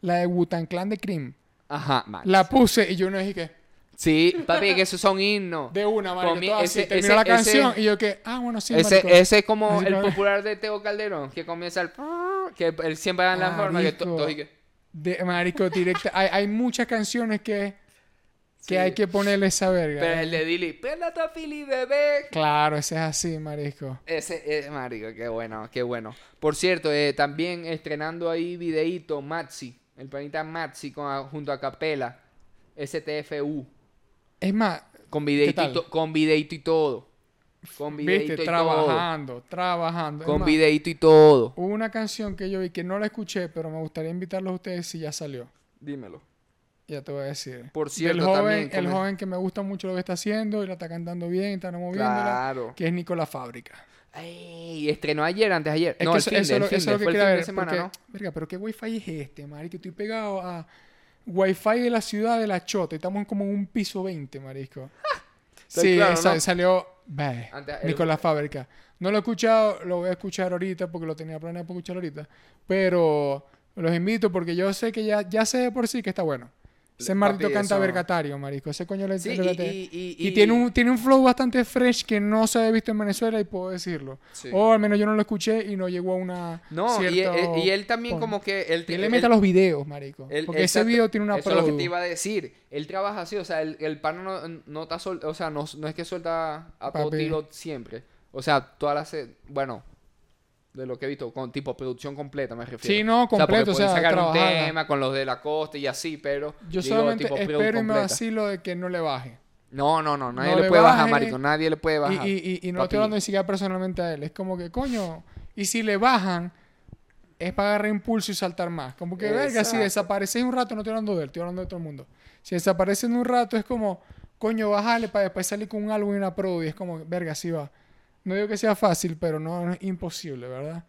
Speaker 2: La de Wutan Clan de Cream.
Speaker 1: Ajá, man.
Speaker 2: La puse y yo no dije que
Speaker 1: Sí, papi, que esos son himnos.
Speaker 2: de una, marico,
Speaker 1: Comí-
Speaker 2: todo así.
Speaker 1: ese-
Speaker 2: Terminó
Speaker 1: ese-
Speaker 2: la canción
Speaker 1: ese-
Speaker 2: y yo que, ah, bueno, sí,
Speaker 1: ese,
Speaker 2: marico.
Speaker 1: ese es como
Speaker 2: Así
Speaker 1: el
Speaker 2: como-
Speaker 1: popular de Teo Calderón, que comienza el... Que él siempre da la forma que to-
Speaker 2: Marico.
Speaker 1: todos y que-
Speaker 2: De, marico, directa. hay, hay muchas canciones que, que
Speaker 1: Sí.
Speaker 2: hay que ponerle esa verga. ¿eh?
Speaker 1: Pero el de Dili, prenda tu fili, bebé,
Speaker 2: Claro, ese es así, marico.
Speaker 1: Ese, eh, marico, qué bueno, qué bueno. Por cierto, eh, también estrenando ahí videíto Maxi, el panita Maxi con, a- junto a Capela, STFU,
Speaker 2: Es más,
Speaker 1: con
Speaker 2: ¿Qué
Speaker 1: videíto,
Speaker 2: tal?
Speaker 1: y to- con videíto y todo. Con videito
Speaker 2: Viste,
Speaker 1: y todo.
Speaker 2: trabajando, trabajando. Es
Speaker 1: Con
Speaker 2: más,
Speaker 1: videito y todo.
Speaker 2: Hubo una canción que yo vi que no la escuché, pero me gustaría invitarlos a ustedes si ya salió.
Speaker 1: Dímelo.
Speaker 2: Ya te voy a decir.
Speaker 1: Por
Speaker 2: Del
Speaker 1: cierto,
Speaker 2: joven-
Speaker 1: también
Speaker 2: El
Speaker 1: comen-
Speaker 2: joven que me gusta mucho lo que está haciendo y la está cantando bien, está moviéndola,
Speaker 1: Claro.
Speaker 2: que es Nicolás Fábrica.
Speaker 1: Ey, estrenó ayer, antes de ayer.
Speaker 2: Es
Speaker 1: no,
Speaker 2: que
Speaker 1: el
Speaker 2: eso,
Speaker 1: fin de,
Speaker 2: eso
Speaker 1: el
Speaker 2: lo-
Speaker 1: fin
Speaker 2: eso
Speaker 1: de,
Speaker 2: es lo que
Speaker 1: fue el
Speaker 2: quería
Speaker 1: fin
Speaker 2: ver.
Speaker 1: de semana,
Speaker 2: porque, verga, pero qué wifi es este, marico. Estoy pegado a wifi de la ciudad de la Chota. Estamos como en un piso 20, marico.
Speaker 1: Estoy
Speaker 2: sí,
Speaker 1: claro,
Speaker 2: esa-
Speaker 1: ¿no? eh,
Speaker 2: salió bah,
Speaker 1: Antes- el-
Speaker 2: Nicolás Fábrica. No lo he escuchado, lo voy a escuchar ahorita porque lo tenía planeado para escuchar ahorita. Pero los invito porque yo sé que ya, ya sé de por sí que está bueno. Ese
Speaker 1: Papi,
Speaker 2: maldito canta
Speaker 1: eso-
Speaker 2: vergatario, marico. Ese coño le
Speaker 1: Sí, y-
Speaker 2: le-
Speaker 1: y- y-
Speaker 2: y
Speaker 1: y-
Speaker 2: tiene un, tiene un flow bastante fresh que no se había visto en Venezuela y puedo decirlo.
Speaker 1: Sí.
Speaker 2: O al menos yo no lo escuché y no llegó a una.
Speaker 1: ¿no? No, y,
Speaker 2: cierto
Speaker 1: e- y él también
Speaker 2: punto.
Speaker 1: como que... Él,
Speaker 2: Y él
Speaker 1: él-
Speaker 2: le mete a los videos, marico.
Speaker 1: él-
Speaker 2: porque ese
Speaker 1: exacto,
Speaker 2: video tiene una
Speaker 1: Eso es lo que te
Speaker 2: produ.
Speaker 1: iba a decir. Él trabaja así, o sea, el, el pana no, no está sol- O sea, no, no es que suelta a todo
Speaker 2: Papi.
Speaker 1: tiro siempre. O sea, todas las... se- Bueno... De lo que he visto, con tipo producción completa, me refiero.
Speaker 2: Sí, no, completo,
Speaker 1: porque
Speaker 2: o sea,
Speaker 1: pueden sacar
Speaker 2: trabajada.
Speaker 1: un tema con los de la costa y así, pero.
Speaker 2: Yo
Speaker 1: digo,
Speaker 2: solamente
Speaker 1: tipo, produ
Speaker 2: espero y me
Speaker 1: completa.
Speaker 2: vacilo de que no le baje.
Speaker 1: No, no, no, nadie
Speaker 2: No
Speaker 1: le,
Speaker 2: le
Speaker 1: puede bajar,
Speaker 2: baje.
Speaker 1: marico. Nadie le puede
Speaker 2: Y,
Speaker 1: bajar.
Speaker 2: y- y- y no
Speaker 1: papi.
Speaker 2: estoy hablando ni siquiera personalmente a él. Es como que, coño, y si le bajan, es para agarrar impulso y saltar más. Como que, verga, si
Speaker 1: Exacto.
Speaker 2: desapareces un rato, no estoy hablando de él, estoy hablando de todo el mundo. Si desaparecen un rato, es como, coño, bájale para después salir con un álbum y una pro. Y es como, verga, así va. No digo que sea fácil, pero no, no es imposible, ¿verdad?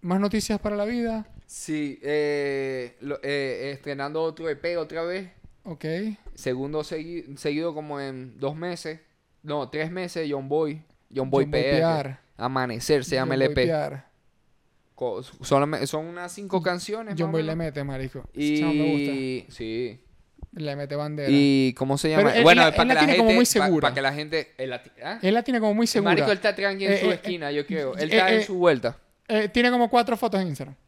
Speaker 2: Más noticias para la vida,
Speaker 1: Sí, eh, lo- eh, estrenando otro EP otra vez.
Speaker 2: ok.
Speaker 1: Segundo segui- seguido como en dos meses. No, tres meses, John Boy. John Boy
Speaker 2: John Boy
Speaker 1: PR.
Speaker 2: PR.
Speaker 1: Amanecer se llama
Speaker 2: John
Speaker 1: el
Speaker 2: Boy
Speaker 1: EP.
Speaker 2: Piar.
Speaker 1: Co- solamente- son unas cinco canciones. más
Speaker 2: John
Speaker 1: o
Speaker 2: Boy
Speaker 1: menos.
Speaker 2: le mete, marico. Ese chamo me gusta.
Speaker 1: Y... Sí.
Speaker 2: Le mete bandera.
Speaker 1: ¿Y cómo se llama?
Speaker 2: Pero él-
Speaker 1: bueno,
Speaker 2: él la-
Speaker 1: es para
Speaker 2: él
Speaker 1: que
Speaker 2: la
Speaker 1: la
Speaker 2: tiene
Speaker 1: gente...
Speaker 2: como muy
Speaker 1: Para
Speaker 2: segura.
Speaker 1: que la gente... él la ti- ¿ah?
Speaker 2: Él la tiene como muy segura.
Speaker 1: Marico, él está tranqui en
Speaker 2: Eh,
Speaker 1: su
Speaker 2: eh,
Speaker 1: esquina, yo creo. Él
Speaker 2: eh,
Speaker 1: está en
Speaker 2: eh,
Speaker 1: su vuelta.
Speaker 2: Eh, tiene como cuatro fotos en Instagram. O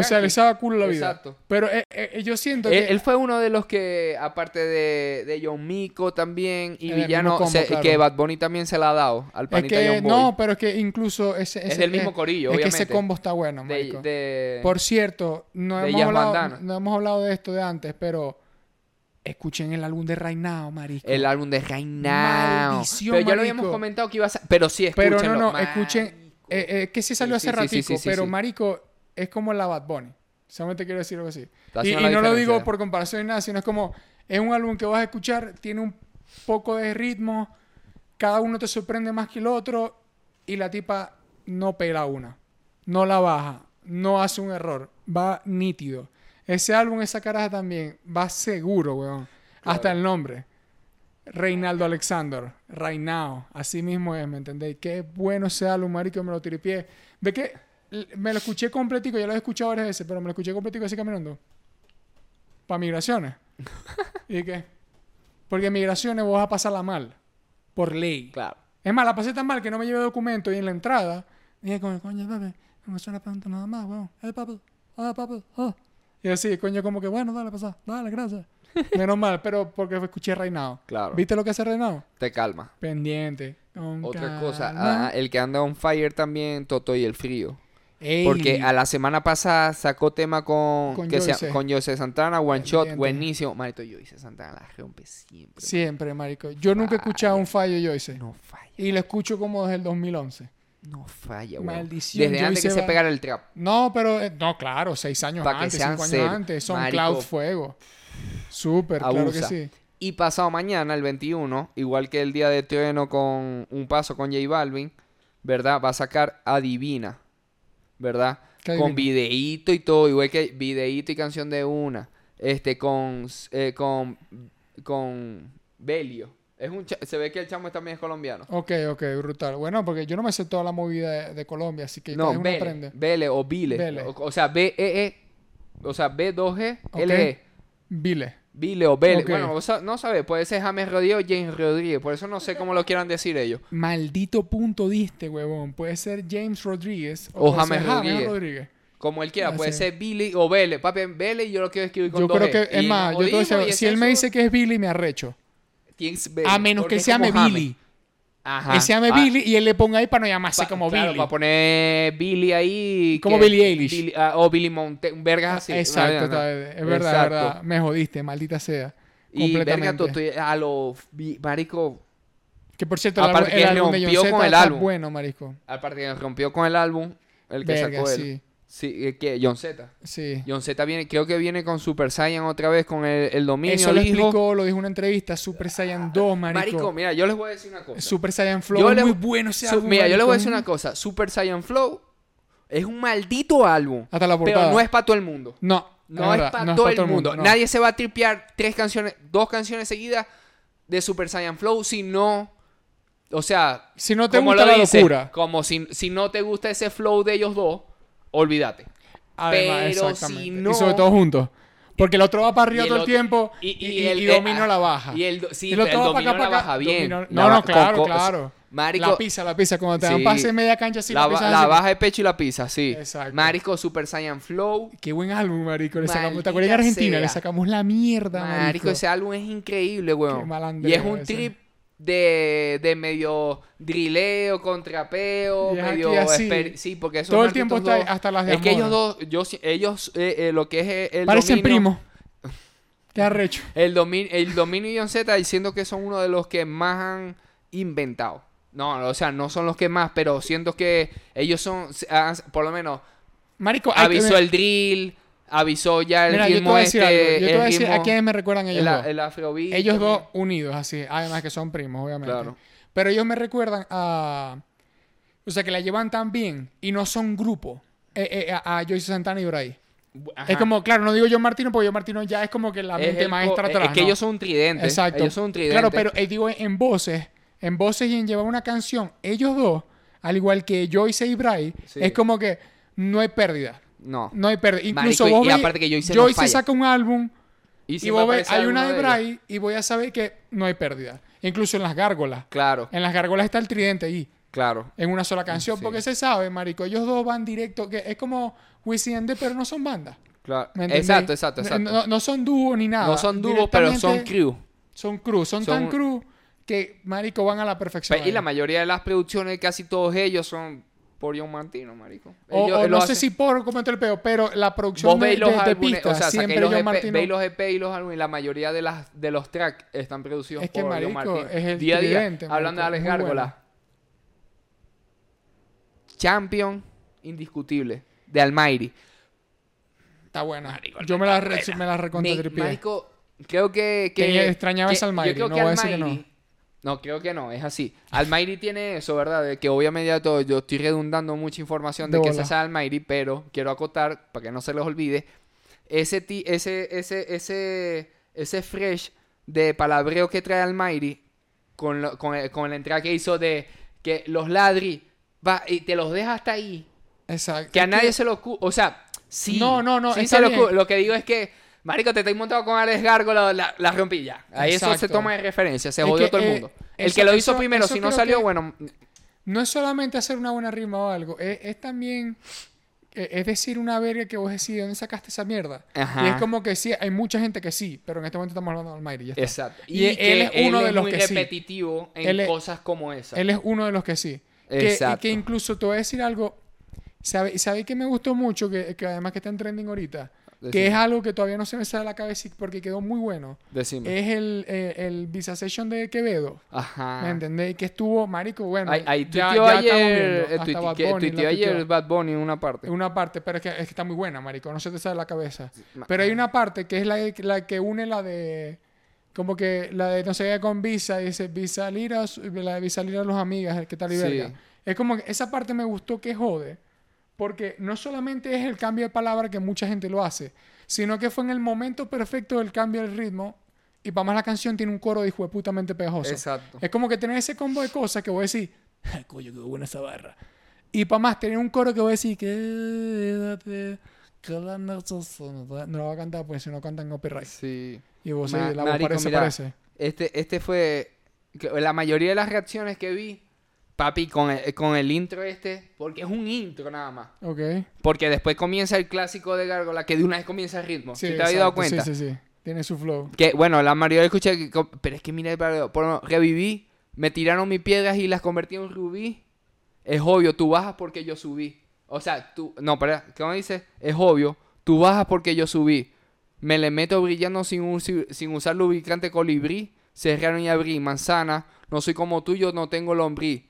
Speaker 1: Tranqui.
Speaker 2: sea, le sabe culo la vida.
Speaker 1: Exacto.
Speaker 2: Pero eh, eh, yo siento
Speaker 1: Él,
Speaker 2: que.
Speaker 1: él fue uno de los que, aparte de, de John Mico también y
Speaker 2: En el
Speaker 1: Villano,
Speaker 2: mismo combo,
Speaker 1: se-
Speaker 2: claro.
Speaker 1: que Bad Bunny también se la ha dado al
Speaker 2: es
Speaker 1: panita
Speaker 2: que
Speaker 1: John Boy.
Speaker 2: no, pero es que incluso ese, ese-
Speaker 1: del mismo corillo,
Speaker 2: es que ese
Speaker 1: obviamente.
Speaker 2: combo está bueno,
Speaker 1: de,
Speaker 2: marico.
Speaker 1: de-
Speaker 2: Por cierto, no
Speaker 1: de
Speaker 2: hemos,
Speaker 1: Jazz
Speaker 2: hablado,
Speaker 1: Bandana.
Speaker 2: no hemos hablado de esto de antes, pero escuchen el álbum de Right Now, marico.
Speaker 1: el álbum de Right Now.
Speaker 2: Maldición,
Speaker 1: pero ya lo habíamos
Speaker 2: marico.
Speaker 1: comentado que iba a sa- Pero sí, escúchenlo.
Speaker 2: pero no, no,
Speaker 1: marico.
Speaker 2: escuchen. eh, eh, que sí
Speaker 1: Sí,
Speaker 2: salió hace
Speaker 1: sí, sí, sí,
Speaker 2: ratito,
Speaker 1: sí,
Speaker 2: pero
Speaker 1: sí.
Speaker 2: marico es como la Bad Bunny. Solamente quiero decir algo así. Y,
Speaker 1: haciendo
Speaker 2: y
Speaker 1: la
Speaker 2: no lo
Speaker 1: diferencia.
Speaker 2: digo por comparación ni nada, sino es como, es un álbum que vas a escuchar, tiene un poco de ritmo, cada uno te sorprende más que el otro, y la tipa no pela una, no la baja, no hace un error, va nítido. Ese álbum, esa caraja también, va seguro, weón. Hasta el nombre. Reinaldo Alexander, right now, así mismo es, ¿me entendéis? Qué bueno ese álbum, marico, me lo tripié. Ve que l- me lo escuché completico, ya lo he escuchado varias veces, pero me lo escuché completico así caminando. Para migraciones. ¿Y qué? Porque en migraciones vos vas a pasarla mal, por ley.
Speaker 1: Claro.
Speaker 2: Es más, la pasé tan mal que no me llevé documento y en la entrada dije, coño, coño, papi, no me suena pregunta nada más, weón. Eh, papi, ah, papi, ah. Y así, coño, como que, bueno, dale, pasa, dale, gracias. Menos mal, pero porque escuché Reinado.
Speaker 1: Claro.
Speaker 2: ¿Viste lo que hace Reinado?
Speaker 1: Te calma.
Speaker 2: Pendiente. con
Speaker 1: Otra cosa,
Speaker 2: calma.
Speaker 1: ah, el que anda on fire también, Toto y el Frío.
Speaker 2: Ey,
Speaker 1: Porque a la semana pasada sacó tema con,
Speaker 2: Con
Speaker 1: que se-
Speaker 2: Joyce.
Speaker 1: con Jose Santana, One Shot,
Speaker 2: Pendiente.
Speaker 1: buenísimo. Marito, Joyce Santana la rompe siempre.
Speaker 2: Siempre, marico. Yo nunca he escuchado un fallo, yo hice.
Speaker 1: Ah, No falla,
Speaker 2: Y lo escucho como desde el 2011.
Speaker 1: no falla, weón.
Speaker 2: Maldición,
Speaker 1: Desde antes
Speaker 2: Joyce
Speaker 1: que se
Speaker 2: va-
Speaker 1: pegara el trap.
Speaker 2: No, pero... eh, no, claro, seis años
Speaker 1: Pa' que
Speaker 2: antes,
Speaker 1: sean
Speaker 2: cinco años
Speaker 1: cero.
Speaker 2: antes. Son
Speaker 1: Marico.
Speaker 2: Cloud Fuego. Súper, claro que
Speaker 1: Abusa.
Speaker 2: sí.
Speaker 1: Y pasado mañana, el 21, igual que el día de trueno con un paso con J Balvin, ¿verdad? Va a sacar Adivina, ¿verdad?
Speaker 2: ¿Qué
Speaker 1: Con
Speaker 2: adivina?
Speaker 1: videíto y todo, igual que videíto y canción de una. Este, con. eh, con. con. Belio. Es un cha- se ve que el chamo también es colombiano.
Speaker 2: Ok, ok, brutal. Bueno, porque yo no me sé toda la movida de, de Colombia, así que cada
Speaker 1: No,
Speaker 2: uno
Speaker 1: Vele,
Speaker 2: aprende.
Speaker 1: Vele o Vile.
Speaker 2: Vele.
Speaker 1: O, o sea, B-E-E. O sea, E B-2-G,
Speaker 2: Ok.
Speaker 1: L-E.
Speaker 2: Vile.
Speaker 1: Vile o Vele.
Speaker 2: Ok.
Speaker 1: Bueno, o sea, no sabe, puede ser James Rodríguez o James Rodríguez. Por eso no sé cómo lo quieran decir ellos.
Speaker 2: Maldito punto diste, huevón. Puede ser James Rodríguez
Speaker 1: O
Speaker 2: puede ser
Speaker 1: James Rodríguez. Como él quiera,
Speaker 2: Ah,
Speaker 1: puede
Speaker 2: sí.
Speaker 1: ser Billy o Vélez. Papi, Vélez yo lo quiero escribir con
Speaker 2: Yo
Speaker 1: dos
Speaker 2: creo
Speaker 1: G.
Speaker 2: que, es
Speaker 1: Y
Speaker 2: más, yo
Speaker 1: nos
Speaker 2: te voy a decir
Speaker 1: jodimos
Speaker 2: algo.
Speaker 1: y
Speaker 2: si
Speaker 1: ese
Speaker 2: él me
Speaker 1: es
Speaker 2: dice que es Billy, me arrecho.
Speaker 1: un- Tienes Vélez,
Speaker 2: A menos
Speaker 1: porque
Speaker 2: que él
Speaker 1: es
Speaker 2: se llame
Speaker 1: como James.
Speaker 2: Billy.
Speaker 1: Ajá.
Speaker 2: Que se llame
Speaker 1: Ah,
Speaker 2: Billy y él le ponga ahí para no llamarse
Speaker 1: pa-
Speaker 2: como
Speaker 1: claro,
Speaker 2: Billy.
Speaker 1: Para poner Billy ahí.
Speaker 2: Como
Speaker 1: que-
Speaker 2: Billie Eilish.
Speaker 1: Billie- ah, o Billy Monte. Vergas así.
Speaker 2: Exacto,
Speaker 1: No, no, no.
Speaker 2: está bien. es verdad, es
Speaker 1: Exacto.
Speaker 2: verdad. Me jodiste, maldita sea.
Speaker 1: Y verga,
Speaker 2: Completamente.
Speaker 1: Toto, a los. Marico.
Speaker 2: Que por cierto, el álbum,
Speaker 1: Aparte
Speaker 2: el
Speaker 1: que
Speaker 2: álbum de
Speaker 1: rompió
Speaker 2: John
Speaker 1: con
Speaker 2: Z
Speaker 1: el
Speaker 2: está
Speaker 1: álbum.
Speaker 2: bueno, marisco.
Speaker 1: Aparte que rompió con el álbum, el que
Speaker 2: Verga,
Speaker 1: sacó él.
Speaker 2: sí.
Speaker 1: Sí, eh, que John Z.
Speaker 2: Sí.
Speaker 1: John Z viene, creo que viene con Super Saiyan otra vez, con el, el dominio.
Speaker 2: Eso lo
Speaker 1: el hijo. Ah,
Speaker 2: explicó, lo dijo en una entrevista, Super Saiyan 2,
Speaker 1: Marico,
Speaker 2: marico.
Speaker 1: mira, yo les voy a decir una cosa.
Speaker 2: Super Saiyan Flow
Speaker 1: Yo
Speaker 2: es
Speaker 1: le-
Speaker 2: muy bueno ese
Speaker 1: Su-
Speaker 2: álbum.
Speaker 1: Mira, yo les
Speaker 2: marico,
Speaker 1: voy a
Speaker 2: es
Speaker 1: decir
Speaker 2: un-
Speaker 1: una cosa. Super Saiyan Flow es un maldito álbum.
Speaker 2: Hasta la
Speaker 1: Pero
Speaker 2: portada.
Speaker 1: no es para todo el mundo.
Speaker 2: No,
Speaker 1: No es,
Speaker 2: verdad,
Speaker 1: para
Speaker 2: no
Speaker 1: todo,
Speaker 2: pa'
Speaker 1: el mundo.
Speaker 2: no.
Speaker 1: Nadie se va a tripear tres canciones, dos canciones seguidas de Super Saiyan Flow si no. O sea,
Speaker 2: Si no te
Speaker 1: como
Speaker 2: gusta
Speaker 1: lo
Speaker 2: la
Speaker 1: dice,
Speaker 2: locura.
Speaker 1: Como si, si no te gusta ese flow de ellos dos, olvídate.
Speaker 2: Además,
Speaker 1: Pero
Speaker 2: exactamente.
Speaker 1: si no-
Speaker 2: Y sobre todo juntos. Porque el otro va para arriba
Speaker 1: Y el
Speaker 2: todo el
Speaker 1: otro-
Speaker 2: tiempo y,
Speaker 1: y- y
Speaker 2: y-
Speaker 1: el-
Speaker 2: y domino
Speaker 1: eh,
Speaker 2: la baja.
Speaker 1: y el do- sí,
Speaker 2: otro
Speaker 1: pero el
Speaker 2: va para
Speaker 1: domino
Speaker 2: acá, para
Speaker 1: la
Speaker 2: acá.
Speaker 1: baja bien.
Speaker 2: domino-
Speaker 1: La
Speaker 2: No, no,
Speaker 1: ba-
Speaker 2: claro,
Speaker 1: con- con-
Speaker 2: claro.
Speaker 1: Marico-
Speaker 2: la pisa, la pisa. Cuando te dan
Speaker 1: Sí.
Speaker 2: pase media cancha así,
Speaker 1: la,
Speaker 2: la
Speaker 1: ba-
Speaker 2: pisas
Speaker 1: la
Speaker 2: así.
Speaker 1: baja de pecho y la pizza, sí.
Speaker 2: Exacto.
Speaker 1: Marico, Super Saiyan Flow.
Speaker 2: Qué buen álbum, marico. Le sacamos, ¿Te acuerdas que
Speaker 1: Maldita
Speaker 2: Argentina? Le
Speaker 1: sea.
Speaker 2: sacamos la mierda, marico.
Speaker 1: Marico, ese álbum es increíble,
Speaker 2: Qué
Speaker 1: weón.
Speaker 2: malandreo
Speaker 1: Y es un
Speaker 2: ese.
Speaker 1: trip de, de medio drilleo, contrapeo,
Speaker 2: Y es aquí
Speaker 1: medio...
Speaker 2: así.
Speaker 1: esper- Sí, porque son
Speaker 2: Todo el tiempo
Speaker 1: artistas
Speaker 2: está hasta las de
Speaker 1: Es que ellos
Speaker 2: Amora.
Speaker 1: dos, yo si- ellos, eh, eh, lo que es eh, el
Speaker 2: Parecen
Speaker 1: dominio...
Speaker 2: primos. Qué arrecho.
Speaker 1: El, domin- el dominio y John Z diciendo que son uno de los que más han inventado. No, no, o sea, no son los que más, pero siento que ellos son, se- han- por lo menos,
Speaker 2: Marico, hay que-
Speaker 1: avisó el drill, avisó ya el
Speaker 2: Mira, yo te
Speaker 1: ritmo
Speaker 2: voy a decir
Speaker 1: este,
Speaker 2: algo. Yo te
Speaker 1: el
Speaker 2: voy a decir a
Speaker 1: ritmo-
Speaker 2: quiénes me recuerdan ellos
Speaker 1: el, a-
Speaker 2: dos.
Speaker 1: el afrobeat
Speaker 2: Ellos
Speaker 1: también.
Speaker 2: dos unidos así, además que son primos, obviamente.
Speaker 1: Claro.
Speaker 2: Pero ellos me recuerdan a. O sea, que la llevan tan bien y no son grupo. Eh, eh, a, a Joyce Santana y Bray.
Speaker 1: Ajá.
Speaker 2: Es como, claro, no digo John Martino porque John Martino ya es como que la
Speaker 1: Es
Speaker 2: mente
Speaker 1: el co-
Speaker 2: maestra
Speaker 1: es-
Speaker 2: atrás.
Speaker 1: Es que
Speaker 2: ¿no?
Speaker 1: ellos son un tridente.
Speaker 2: Exacto.
Speaker 1: Ellos son un tridente.
Speaker 2: Claro, pero eh, digo en voces, en voces y en llevar una canción, ellos dos, al igual que Joyce y Bray,
Speaker 1: Sí.
Speaker 2: es como que no hay pérdida.
Speaker 1: No.
Speaker 2: No hay pérdida. Incluso
Speaker 1: Marico, y-
Speaker 2: vos
Speaker 1: y
Speaker 2: veis-
Speaker 1: aparte que Joyce no
Speaker 2: Joyce
Speaker 1: falla.
Speaker 2: saca un álbum y,
Speaker 1: siempre
Speaker 2: vos ves,
Speaker 1: aparece
Speaker 2: hay
Speaker 1: alguno
Speaker 2: una de
Speaker 1: ellos.
Speaker 2: Bray y voy a saber que no hay pérdida. Incluso en las gárgolas.
Speaker 1: Claro,
Speaker 2: En las gárgolas está el tridente ahí,
Speaker 1: claro.
Speaker 2: en una sola canción, porque se sabe, marico, ellos dos van directo, que es como Wisin y Yandel, pero no son bandas.
Speaker 1: claro.
Speaker 2: ¿me entendéis?
Speaker 1: Exacto, exacto, exacto.
Speaker 2: No, no son dúo ni nada.
Speaker 1: No son dúos, pero son
Speaker 2: Directamente
Speaker 1: crew.
Speaker 2: Son cruz, son,
Speaker 1: Son-
Speaker 2: tan cruz que, marico, van a la perfección.
Speaker 1: Pe- Y
Speaker 2: ahí.
Speaker 1: la mayoría de las producciones, casi todos ellos son por John Martino, marico.
Speaker 2: o,
Speaker 1: Ellos-
Speaker 2: o
Speaker 1: lo
Speaker 2: no
Speaker 1: hacen-
Speaker 2: sé si por cometer el peo, pero la producción
Speaker 1: Vos
Speaker 2: de,
Speaker 1: veis los
Speaker 2: de- de
Speaker 1: álbumes,
Speaker 2: pista
Speaker 1: o sea, saqué
Speaker 2: siempre
Speaker 1: los
Speaker 2: John
Speaker 1: EP,
Speaker 2: Martino.
Speaker 1: veis los EP y los álbumes, y la mayoría de las de los tracks están producidos
Speaker 2: Es que,
Speaker 1: por John
Speaker 2: marico,
Speaker 1: Martino.
Speaker 2: es el
Speaker 1: día a día,
Speaker 2: tridente,
Speaker 1: hablando de
Speaker 2: marico,
Speaker 1: Alex
Speaker 2: muy bueno.
Speaker 1: Gárgola. Champion indiscutible de Almighty.
Speaker 2: Está buena. Yo me la, re- me la recontra
Speaker 1: Me-
Speaker 2: tripié.
Speaker 1: marico, creo que... que
Speaker 2: Tenía- extrañaba
Speaker 1: que-
Speaker 2: ese Almighty,
Speaker 1: yo creo
Speaker 2: no
Speaker 1: que
Speaker 2: voy a decir que
Speaker 1: Almighty- No, creo que no, es así. Almighty tiene eso, ¿verdad? De que obviamente ya todo, yo estoy redundando mucha información de,
Speaker 2: De
Speaker 1: que
Speaker 2: bola.
Speaker 1: se sabe Almighty, pero quiero acotar, para que no se les olvide, ese, ti- ese, ese, ese, ese fresh de palabreo que trae Almighty con, lo- con, el- con la entrada que hizo de que los ladri, va, y te los deja hasta ahí,
Speaker 2: Exacto.
Speaker 1: que a
Speaker 2: Es
Speaker 1: nadie se lo ocurre. O sea, sí.
Speaker 2: No, no, no,
Speaker 1: sí
Speaker 2: está
Speaker 1: se le
Speaker 2: bien.
Speaker 1: ocu- Lo que digo es que, Marico, te estoy montado con Alex Gárgola, la, la rompí ya. Ahí eso se
Speaker 2: Exacto.
Speaker 1: toma de referencia, se
Speaker 2: Es
Speaker 1: jodió
Speaker 2: que,
Speaker 1: todo el
Speaker 2: eh,
Speaker 1: mundo. el
Speaker 2: eso-
Speaker 1: que lo hizo
Speaker 2: eso-
Speaker 1: primero,
Speaker 2: eso
Speaker 1: si no
Speaker 2: creo
Speaker 1: salió,
Speaker 2: que-
Speaker 1: bueno.
Speaker 2: No es solamente hacer una buena rima o algo, es, es también. eh, Es decir, una verga que vos decís, ¿de dónde sacaste esa mierda?
Speaker 1: Ajá.
Speaker 2: Y es como que sí, hay mucha gente que sí, pero en este momento estamos hablando de Almighty. ya está.
Speaker 1: Exacto.
Speaker 2: Y él
Speaker 1: que
Speaker 2: es uno de los
Speaker 1: muy
Speaker 2: que sí.
Speaker 1: repetitivo en
Speaker 2: Él es-
Speaker 1: cosas como esas.
Speaker 2: Él es uno de los que sí. Que,
Speaker 1: Exacto.
Speaker 2: que incluso te voy a decir algo. ¿Sabéis sabe que me gustó mucho? Que, que además que está en trending ahorita. Que
Speaker 1: Decime.
Speaker 2: es algo que todavía no se me sale de la cabeza y- porque quedó muy bueno.
Speaker 1: Decime.
Speaker 2: Es el, eh, el Visa Session de Quevedo. ¿Me
Speaker 1: Ajá.
Speaker 2: entendéis? Que estuvo, marico, bueno.
Speaker 1: Ahí ahí
Speaker 2: ya-
Speaker 1: tuiteó
Speaker 2: ya estamos
Speaker 1: ayer.
Speaker 2: viendo.
Speaker 1: eh,
Speaker 2: Hasta
Speaker 1: tuite-
Speaker 2: Bad
Speaker 1: que
Speaker 2: Bunny la
Speaker 1: tuiteó ayer
Speaker 2: tuiteó.
Speaker 1: Bad Bunny en una parte.
Speaker 2: Una parte, pero es que, es que está muy buena, marico. No se te sale de la cabeza. Pero hay una parte que es la, de- la que une la de... Como que la de no sé qué con Visa. Y dice Visa Lira, su- la de Visa Lira a los amigas, que tal y
Speaker 1: Sí.
Speaker 2: verga. Es como que esa parte me gustó que jode. Porque no solamente es el cambio de palabra que mucha gente lo hace, sino que fue en el momento perfecto del cambio del ritmo. Y para más la canción tiene un coro de hijo de putamente pegajoso.
Speaker 1: Exacto.
Speaker 2: Es como que tener ese combo de cosas que voy a decir, "Ja, coño, qué buena esa barra. Y para más, tener un coro que voy a decir, quédate, que la noche son-". No lo va a cantar porque si no cantan copyright.
Speaker 1: Sí.
Speaker 2: Y vos,
Speaker 1: Ma-
Speaker 2: Pues sí, la voz
Speaker 1: marico,
Speaker 2: parece,
Speaker 1: mira,
Speaker 2: parece.
Speaker 1: Este, este fue que la mayoría de las reacciones que vi, papi, con el, eh, con el intro este, porque es un intro nada más.
Speaker 2: Ok.
Speaker 1: Porque después comienza el clásico de Gárgola, que de una vez comienza el ritmo.
Speaker 2: Sí,
Speaker 1: si te habías dado
Speaker 2: exacto,
Speaker 1: cuenta?
Speaker 2: Sí, sí, sí. Tiene su flow.
Speaker 1: Que bueno, la mayoría escuché que, co- pero es que mira, pero, por, lo menos, reviví, me tiraron mis piedras y las convertí en rubí. Es obvio, tú bajas porque yo subí. O sea, tú, no, pero, ¿cómo dices? Es obvio, tú bajas porque yo subí. Me le meto brillando sin, un- sin usar lubricante colibrí. cerraron y abrí, manzana, no soy como tú, yo no tengo lombriz.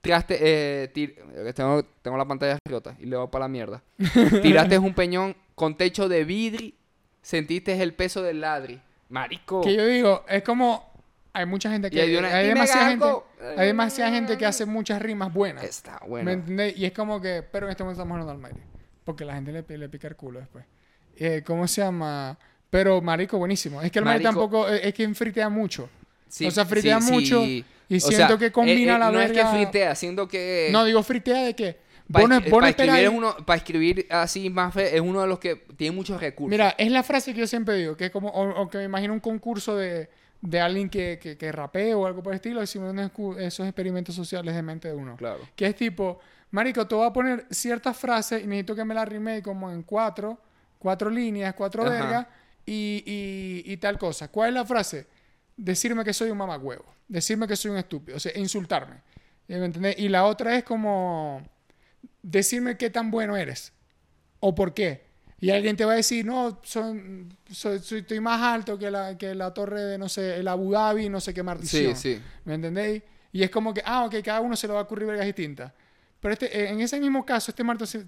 Speaker 1: Traste, eh, tir- eh, tengo, tengo la pantalla rota y le va para la
Speaker 2: [LAUGHS]
Speaker 1: mierda. Tiraste un peñón con techo de vidri, sentiste el peso del ladri. Marico.
Speaker 2: Que yo digo, es como. Hay mucha gente que.
Speaker 1: Oh. Y hay una-
Speaker 2: hay
Speaker 1: dime
Speaker 2: demasiada gente.
Speaker 1: algo.
Speaker 2: Hay demasiada gente que hace muchas rimas buenas.
Speaker 1: Está
Speaker 2: ¿Me
Speaker 1: bueno.
Speaker 2: entendés? Y es como que, pero en este momento estamos hablando al aire. Porque la gente le, pi- le pica el culo después. Eh, ¿Cómo se llama? Pero, marico, buenísimo. Es que el marico
Speaker 1: Marico.
Speaker 2: tampoco, eh, es que fritea mucho.
Speaker 1: Sí,
Speaker 2: o sea, fritea
Speaker 1: sí,
Speaker 2: mucho.
Speaker 1: sí.
Speaker 2: Y
Speaker 1: O sea,
Speaker 2: siento que combina
Speaker 1: eh, eh,
Speaker 2: la
Speaker 1: No es
Speaker 2: verga-
Speaker 1: que fritea, siento que...
Speaker 2: No, digo fritea de que...
Speaker 1: Para
Speaker 2: vos no- vos no esperás-
Speaker 1: escribir, es uno- pa' escribir así más fe- es uno de los que tiene muchos recursos.
Speaker 2: Mira, es la frase que yo siempre digo, que es como, o, o que me imagino un concurso de, de alguien que, que, que rapee o algo por el estilo, y simulando escu- esos experimentos sociales de mente de uno.
Speaker 1: Claro.
Speaker 2: Que es tipo, marico, te voy a poner ciertas frases y necesito que me las rime como en cuatro, cuatro líneas, cuatro
Speaker 1: Ajá.
Speaker 2: vergas y, y- y tal cosa. ¿Cuál es la frase? Decirme que soy un mamagüevo. Decirme que soy un estúpido. O sea, insultarme. ¿Eh, ¿Me entendés? Y la otra es como decirme qué tan bueno eres o por qué. Y alguien te va a decir, no, son, soy, soy- estoy más alto que la, que la torre de, no sé, el Abu Dhabi, no sé qué
Speaker 1: Sí,
Speaker 2: maldición.
Speaker 1: sí.
Speaker 2: ¿Me entendéis? Y es como que, ah, ok, cada uno se le va a ocurrir vergas distintas. Pero este, eh, en ese mismo caso, este martes se,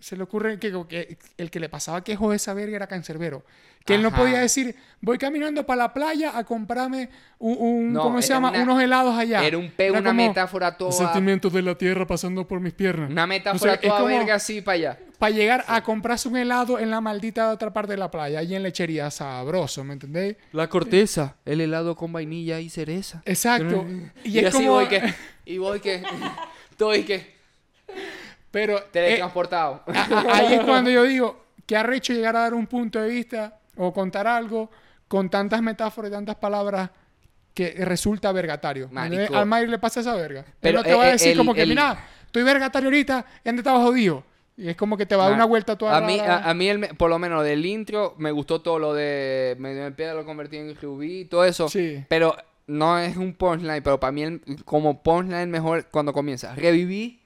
Speaker 2: se le ocurre que, que el que le pasaba quejo de esa verga era cancerbero. Que él no
Speaker 1: Ajá.
Speaker 2: podía decir, voy caminando para la playa a comprarme un, un-
Speaker 1: No,
Speaker 2: ¿cómo se
Speaker 1: era
Speaker 2: llama?
Speaker 1: una-
Speaker 2: unos helados allá.
Speaker 1: Era un pe- una
Speaker 2: como,
Speaker 1: metáfora toda-
Speaker 2: "Los Sentimientos de la tierra pasando por mis piernas.
Speaker 1: Una metáfora
Speaker 2: O sea, es
Speaker 1: toda
Speaker 2: como-
Speaker 1: verga así para allá.
Speaker 2: para llegar a comprarse un helado en la maldita otra parte de la playa, allí en lechería, sabroso, ¿me entendéis?
Speaker 1: La corteza, el helado con vainilla y cereza.
Speaker 2: Exacto.
Speaker 1: Y,
Speaker 2: Y, es
Speaker 1: así
Speaker 2: como...
Speaker 1: voy que [LAUGHS] y voy que [LAUGHS] estoy que
Speaker 2: Pero eh,
Speaker 1: teletransportado.
Speaker 2: a- ahí
Speaker 1: [LAUGHS]
Speaker 2: es cuando yo digo, que arrecho llegar a dar un punto de vista o contar algo con tantas metáforas y tantas palabras que resulta vergatario. ¿me
Speaker 1: Marico.
Speaker 2: entendéis? Al Mayr le pasa esa verga. Pero
Speaker 1: Pero,
Speaker 2: no te va a
Speaker 1: eh, eh,
Speaker 2: decir
Speaker 1: el-
Speaker 2: como que,
Speaker 1: el-
Speaker 2: mira, estoy vergatario ahorita y antes estaba jodido. Y es como que te va a dar una vuelta toda
Speaker 1: a mí,
Speaker 2: rara.
Speaker 1: a, a mí el me- por lo menos del intro me gustó todo lo de me dio el pie, lo convertí en rubí, todo eso.
Speaker 2: Sí.
Speaker 1: Pero no es un punchline, pero para mí el- como punchline mejor cuando comienza. Reviví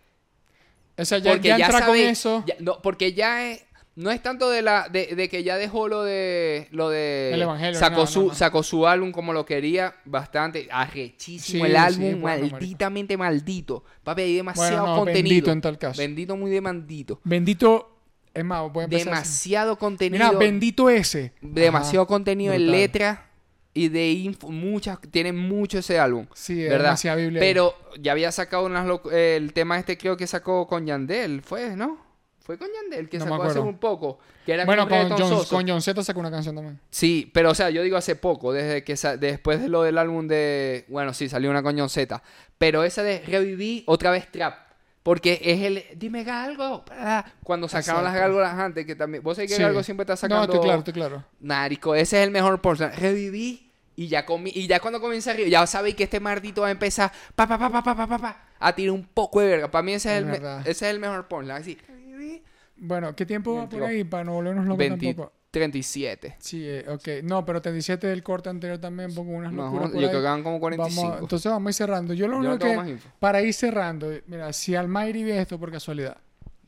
Speaker 2: O sea, ya,
Speaker 1: porque
Speaker 2: ya
Speaker 1: ya,
Speaker 2: entra
Speaker 1: sabe-
Speaker 2: con eso.
Speaker 1: ya- no, porque ya es. No es tanto de la de, de que ya dejó lo de lo de
Speaker 2: El evangelio,
Speaker 1: sacó
Speaker 2: no,
Speaker 1: su
Speaker 2: no, no.
Speaker 1: sacó su álbum como lo quería bastante arrechísimo
Speaker 2: Sí,
Speaker 1: el
Speaker 2: sí,
Speaker 1: álbum
Speaker 2: bueno, marico.
Speaker 1: malditamente maldito papi hay demasiado
Speaker 2: Bueno, no,
Speaker 1: contenido
Speaker 2: bendito en tal caso.
Speaker 1: bendito muy demandito
Speaker 2: Bendito. Es más, voy a empezar. así.
Speaker 1: demasiado contenido
Speaker 2: Mira, bendito ese.
Speaker 1: demasiado
Speaker 2: Ajá,
Speaker 1: contenido en
Speaker 2: brutal.
Speaker 1: letra y de info, muchas, tiene mucho ese álbum.
Speaker 2: Sí, es
Speaker 1: ¿verdad?
Speaker 2: demasiada Biblia ahí.
Speaker 1: Pero ya había sacado unas loc- eh, el tema este creo que sacó con Yandel, fue, ¿no? Fue con Yandel que
Speaker 2: No me
Speaker 1: sacó hace
Speaker 2: acuerdo.
Speaker 1: un poco, que era
Speaker 2: Bueno,
Speaker 1: como
Speaker 2: con
Speaker 1: un reggaeton
Speaker 2: John,
Speaker 1: soso.
Speaker 2: con John Z sacó una canción también.
Speaker 1: Sí, pero o sea, yo digo hace poco, desde que sa- después de lo del álbum de, bueno, sí, salió una con John Z, pero esa de reviví otra vez trap. Porque es el, dime galgo, ah, cuando sacaron las
Speaker 2: Exacto.
Speaker 1: gálgoras antes, que también, vos sabés que
Speaker 2: Sí.
Speaker 1: Galgo siempre está sacando...
Speaker 2: No, estoy claro, estoy claro.
Speaker 1: Marico, ese es el mejor porcentaje. Reviví y ya comi- y ya cuando comienza a reír, ya sabéis que este mardito va a empezar pa pa pa pa pa pa pa, pa, a tirar un poco de verga. Para mí ese es,
Speaker 2: Es
Speaker 1: el me-
Speaker 2: verdad.
Speaker 1: ese es el mejor porcentaje. Así. reviví.
Speaker 2: Bueno, ¿qué tiempo va por
Speaker 1: Veintitrés.
Speaker 2: ahí para no volvernos locos
Speaker 1: 20
Speaker 2: tampoco?
Speaker 1: 37.
Speaker 2: Sí, eh, ok. No, pero te 17 del corte anterior también pongo unas
Speaker 1: No,
Speaker 2: locuras por
Speaker 1: yo
Speaker 2: ahí.
Speaker 1: creo que van como
Speaker 2: Vamos a-
Speaker 1: 45.
Speaker 2: entonces vamos a ir cerrando. Yo lo
Speaker 1: Yo no
Speaker 2: único
Speaker 1: tengo
Speaker 2: que...
Speaker 1: más info.
Speaker 2: Para ir cerrando, eh, mira, si Almairi ve esto por casualidad,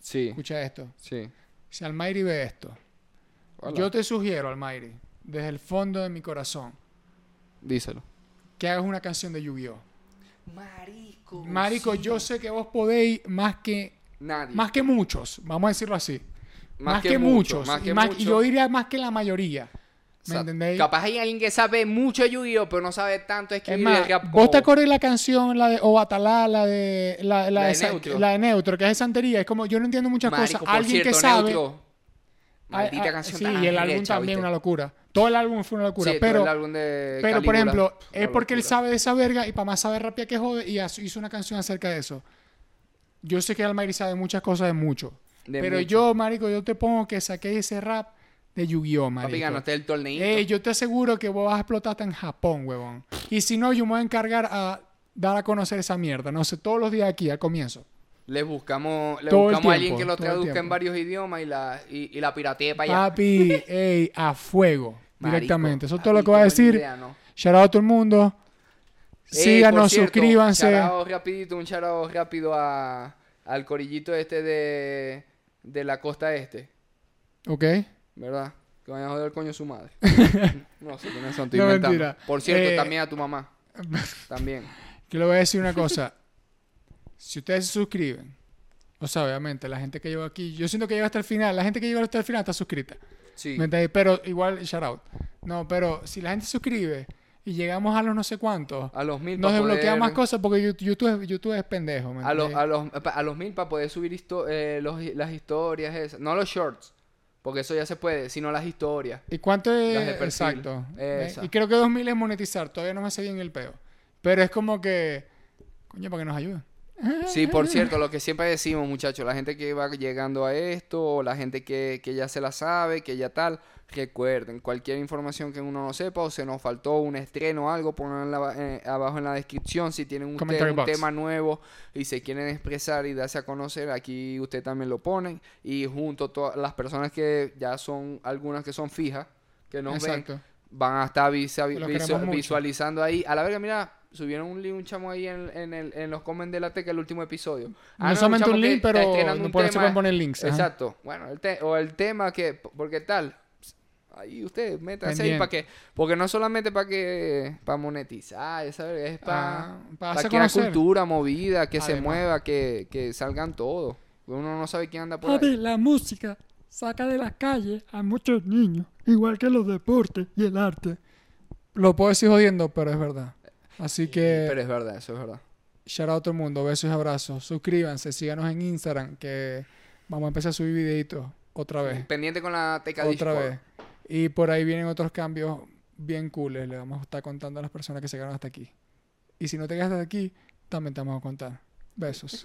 Speaker 1: sí,
Speaker 2: escucha esto.
Speaker 1: sí.
Speaker 2: Si Almairi ve esto,
Speaker 1: Hola.
Speaker 2: yo te sugiero, Almairi, desde el fondo de mi corazón,
Speaker 1: Díselo.
Speaker 2: que hagas una canción de Yu-Gi-Oh!
Speaker 1: Marico.
Speaker 2: Marico, yo sé que vos podéis más que
Speaker 1: Nadie.
Speaker 2: más que muchos, vamos a decirlo así. Más,
Speaker 1: Más
Speaker 2: que,
Speaker 1: que
Speaker 2: muchos.
Speaker 1: mucho, más
Speaker 2: y
Speaker 1: que
Speaker 2: más-
Speaker 1: mucho.
Speaker 2: Y yo diría más que la mayoría.
Speaker 1: O
Speaker 2: ¿Me
Speaker 1: sea,
Speaker 2: entendéis?
Speaker 1: Capaz hay alguien que sabe mucho de Yu-Gi-Oh, pero no sabe tanto
Speaker 2: Es
Speaker 1: escribir
Speaker 2: más,
Speaker 1: el rap como
Speaker 2: vos te acordás la canción, la de Obatalá, la de, la, la
Speaker 1: La
Speaker 2: de,
Speaker 1: de
Speaker 2: Sa-
Speaker 1: Neutro.
Speaker 2: la de Neutro, que es de Santería. Es como, yo no entiendo muchas
Speaker 1: Marico, por
Speaker 2: cosas. Alguien
Speaker 1: cierto,
Speaker 2: que sabe.
Speaker 1: Neutro. Maldita
Speaker 2: Ah, ah,
Speaker 1: canción
Speaker 2: Sí,
Speaker 1: tan
Speaker 2: y el álbum
Speaker 1: arrecha,
Speaker 2: también
Speaker 1: ¿viste?
Speaker 2: una locura. Todo el álbum fue una locura.
Speaker 1: Sí, todo
Speaker 2: pero,
Speaker 1: el álbum de
Speaker 2: pero por
Speaker 1: Eh, Calígula,
Speaker 2: ejemplo,
Speaker 1: una
Speaker 2: es porque él
Speaker 1: locura.
Speaker 2: sabe de esa verga y para más saber rápida que jode y as- hizo una canción acerca de eso. Yo sé que Almairi sabe muchas cosas de mucho.
Speaker 1: De
Speaker 2: pero
Speaker 1: mucho.
Speaker 2: yo, marico, yo te pongo que saqué ese rap de Yu-Gi-Oh, marico.
Speaker 1: Papi, ganaste el torneito.
Speaker 2: Ey, yo te aseguro que vos vas a explotar hasta en Japón, huevón. Y si no, yo me voy a encargar a dar a conocer esa mierda. No sé, todos los días aquí, al comienzo.
Speaker 1: Le buscamos, le
Speaker 2: Todo el
Speaker 1: buscamos a alguien
Speaker 2: tiempo,
Speaker 1: que lo
Speaker 2: todo el
Speaker 1: traduzca en
Speaker 2: tiempo.
Speaker 1: varios idiomas y la, y, y la pirateé para allá.
Speaker 2: Papi,
Speaker 1: [LAUGHS]
Speaker 2: ey, a fuego.
Speaker 1: Marico,
Speaker 2: directamente. Eso es
Speaker 1: papi,
Speaker 2: todo lo que
Speaker 1: qué
Speaker 2: va a
Speaker 1: buena
Speaker 2: decir.
Speaker 1: idea, ¿no?
Speaker 2: Shout out a todo el mundo.
Speaker 1: Ey, por
Speaker 2: Síganos,
Speaker 1: cierto,
Speaker 2: suscríbanse.
Speaker 1: shout-out rapidito, un charao rápido a, al corillito este de, de la costa este,
Speaker 2: Ok.
Speaker 1: ¿verdad? Que vayan a joder el coño a su
Speaker 2: [LAUGHS]
Speaker 1: madre. no sé quiénes son, estoy
Speaker 2: No,
Speaker 1: inventando.
Speaker 2: mentira.
Speaker 1: Por cierto,
Speaker 2: Eh,
Speaker 1: también a tu
Speaker 2: [LAUGHS]
Speaker 1: mamá. También.
Speaker 2: Yo le voy a decir una cosa. [LAUGHS] si ustedes se suscriben, o sea, obviamente, la gente que lleva aquí, yo siento que llega hasta el final, la gente que llega hasta el final está suscrita.
Speaker 1: Sí.
Speaker 2: ¿Me entendéis? Pero igual, shout out. No, pero si la gente se suscribe y llegamos a los no sé cuántos,
Speaker 1: A los mil
Speaker 2: nos
Speaker 1: pa'
Speaker 2: desbloquea
Speaker 1: poder-
Speaker 2: más cosas porque Yu- YouTube, es, YouTube es pendejo. ¿me
Speaker 1: A, los-
Speaker 2: entendéis?
Speaker 1: a, los, pa- a los mil para poder subir histo- eh, los- las historias esas. No los shorts, porque eso ya se puede, sino las historias.
Speaker 2: ¿Y cuánto
Speaker 1: Las de
Speaker 2: es?
Speaker 1: perfil.
Speaker 2: Exacto. ¿eh?
Speaker 1: Esa.
Speaker 2: Y creo que 2000 es monetizar. Todavía no me hace bien el peo. Pero es como que. Coño, para que nos ayuden.
Speaker 1: Sí, por cierto, lo que siempre decimos, muchachos, la gente que va llegando a esto, o la gente que, que ya se la sabe, que ya tal, recuerden, cualquier información que uno no sepa o se nos faltó un estreno o algo, pónganla eh, abajo en la descripción. Si tienen un, te-
Speaker 2: Commentary
Speaker 1: un
Speaker 2: box.
Speaker 1: tema nuevo y se quieren expresar y darse a conocer, aquí usted también lo ponen. Y junto a todas las personas que ya son, algunas que son fijas, que nos
Speaker 2: Exacto.
Speaker 1: ven, van a estar visa-
Speaker 2: Los
Speaker 1: visu-
Speaker 2: queremos mucho.
Speaker 1: visualizando ahí. A la verga, mira, subieron un link, un chamo ahí en, en el- en los comments de la teca el último episodio. Ah,
Speaker 2: No solamente
Speaker 1: chamo
Speaker 2: un
Speaker 1: que
Speaker 2: link,
Speaker 1: está
Speaker 2: pero
Speaker 1: estrenando un
Speaker 2: por eso
Speaker 1: tema.
Speaker 2: pueden poner links, ajá.
Speaker 1: Exacto. Bueno, el te- o el tema que, porque tal, ahí ustedes métanse ahí
Speaker 2: Pendiente.
Speaker 1: para que, porque no solamente para que, para monetizar, esa verga, es para,
Speaker 2: Ah, para
Speaker 1: para
Speaker 2: hacer
Speaker 1: que la
Speaker 2: conocer.
Speaker 1: cultura movida, que se
Speaker 2: Además.
Speaker 1: mueva, que, que salgan todos. Uno no sabe quién anda por
Speaker 6: Papi,
Speaker 1: ahí.
Speaker 6: la música saca de la calle a muchos niños, igual que los deportes y el arte.
Speaker 2: Lo puedo decir jodiendo, pero es verdad. Así que.
Speaker 1: Pero es verdad, eso es verdad.
Speaker 2: Shout out a todo el mundo, besos y abrazos. Suscríbanse, síganos en Instagram, que vamos a empezar a subir videitos otra vez.
Speaker 1: Pendiente con la teca
Speaker 2: Otra
Speaker 1: Discord.
Speaker 2: vez. Y por ahí vienen otros cambios bien cooles. Le vamos a estar contando a las personas que llegaron hasta aquí. Y si no te quedas hasta aquí, también te vamos a contar. Besos.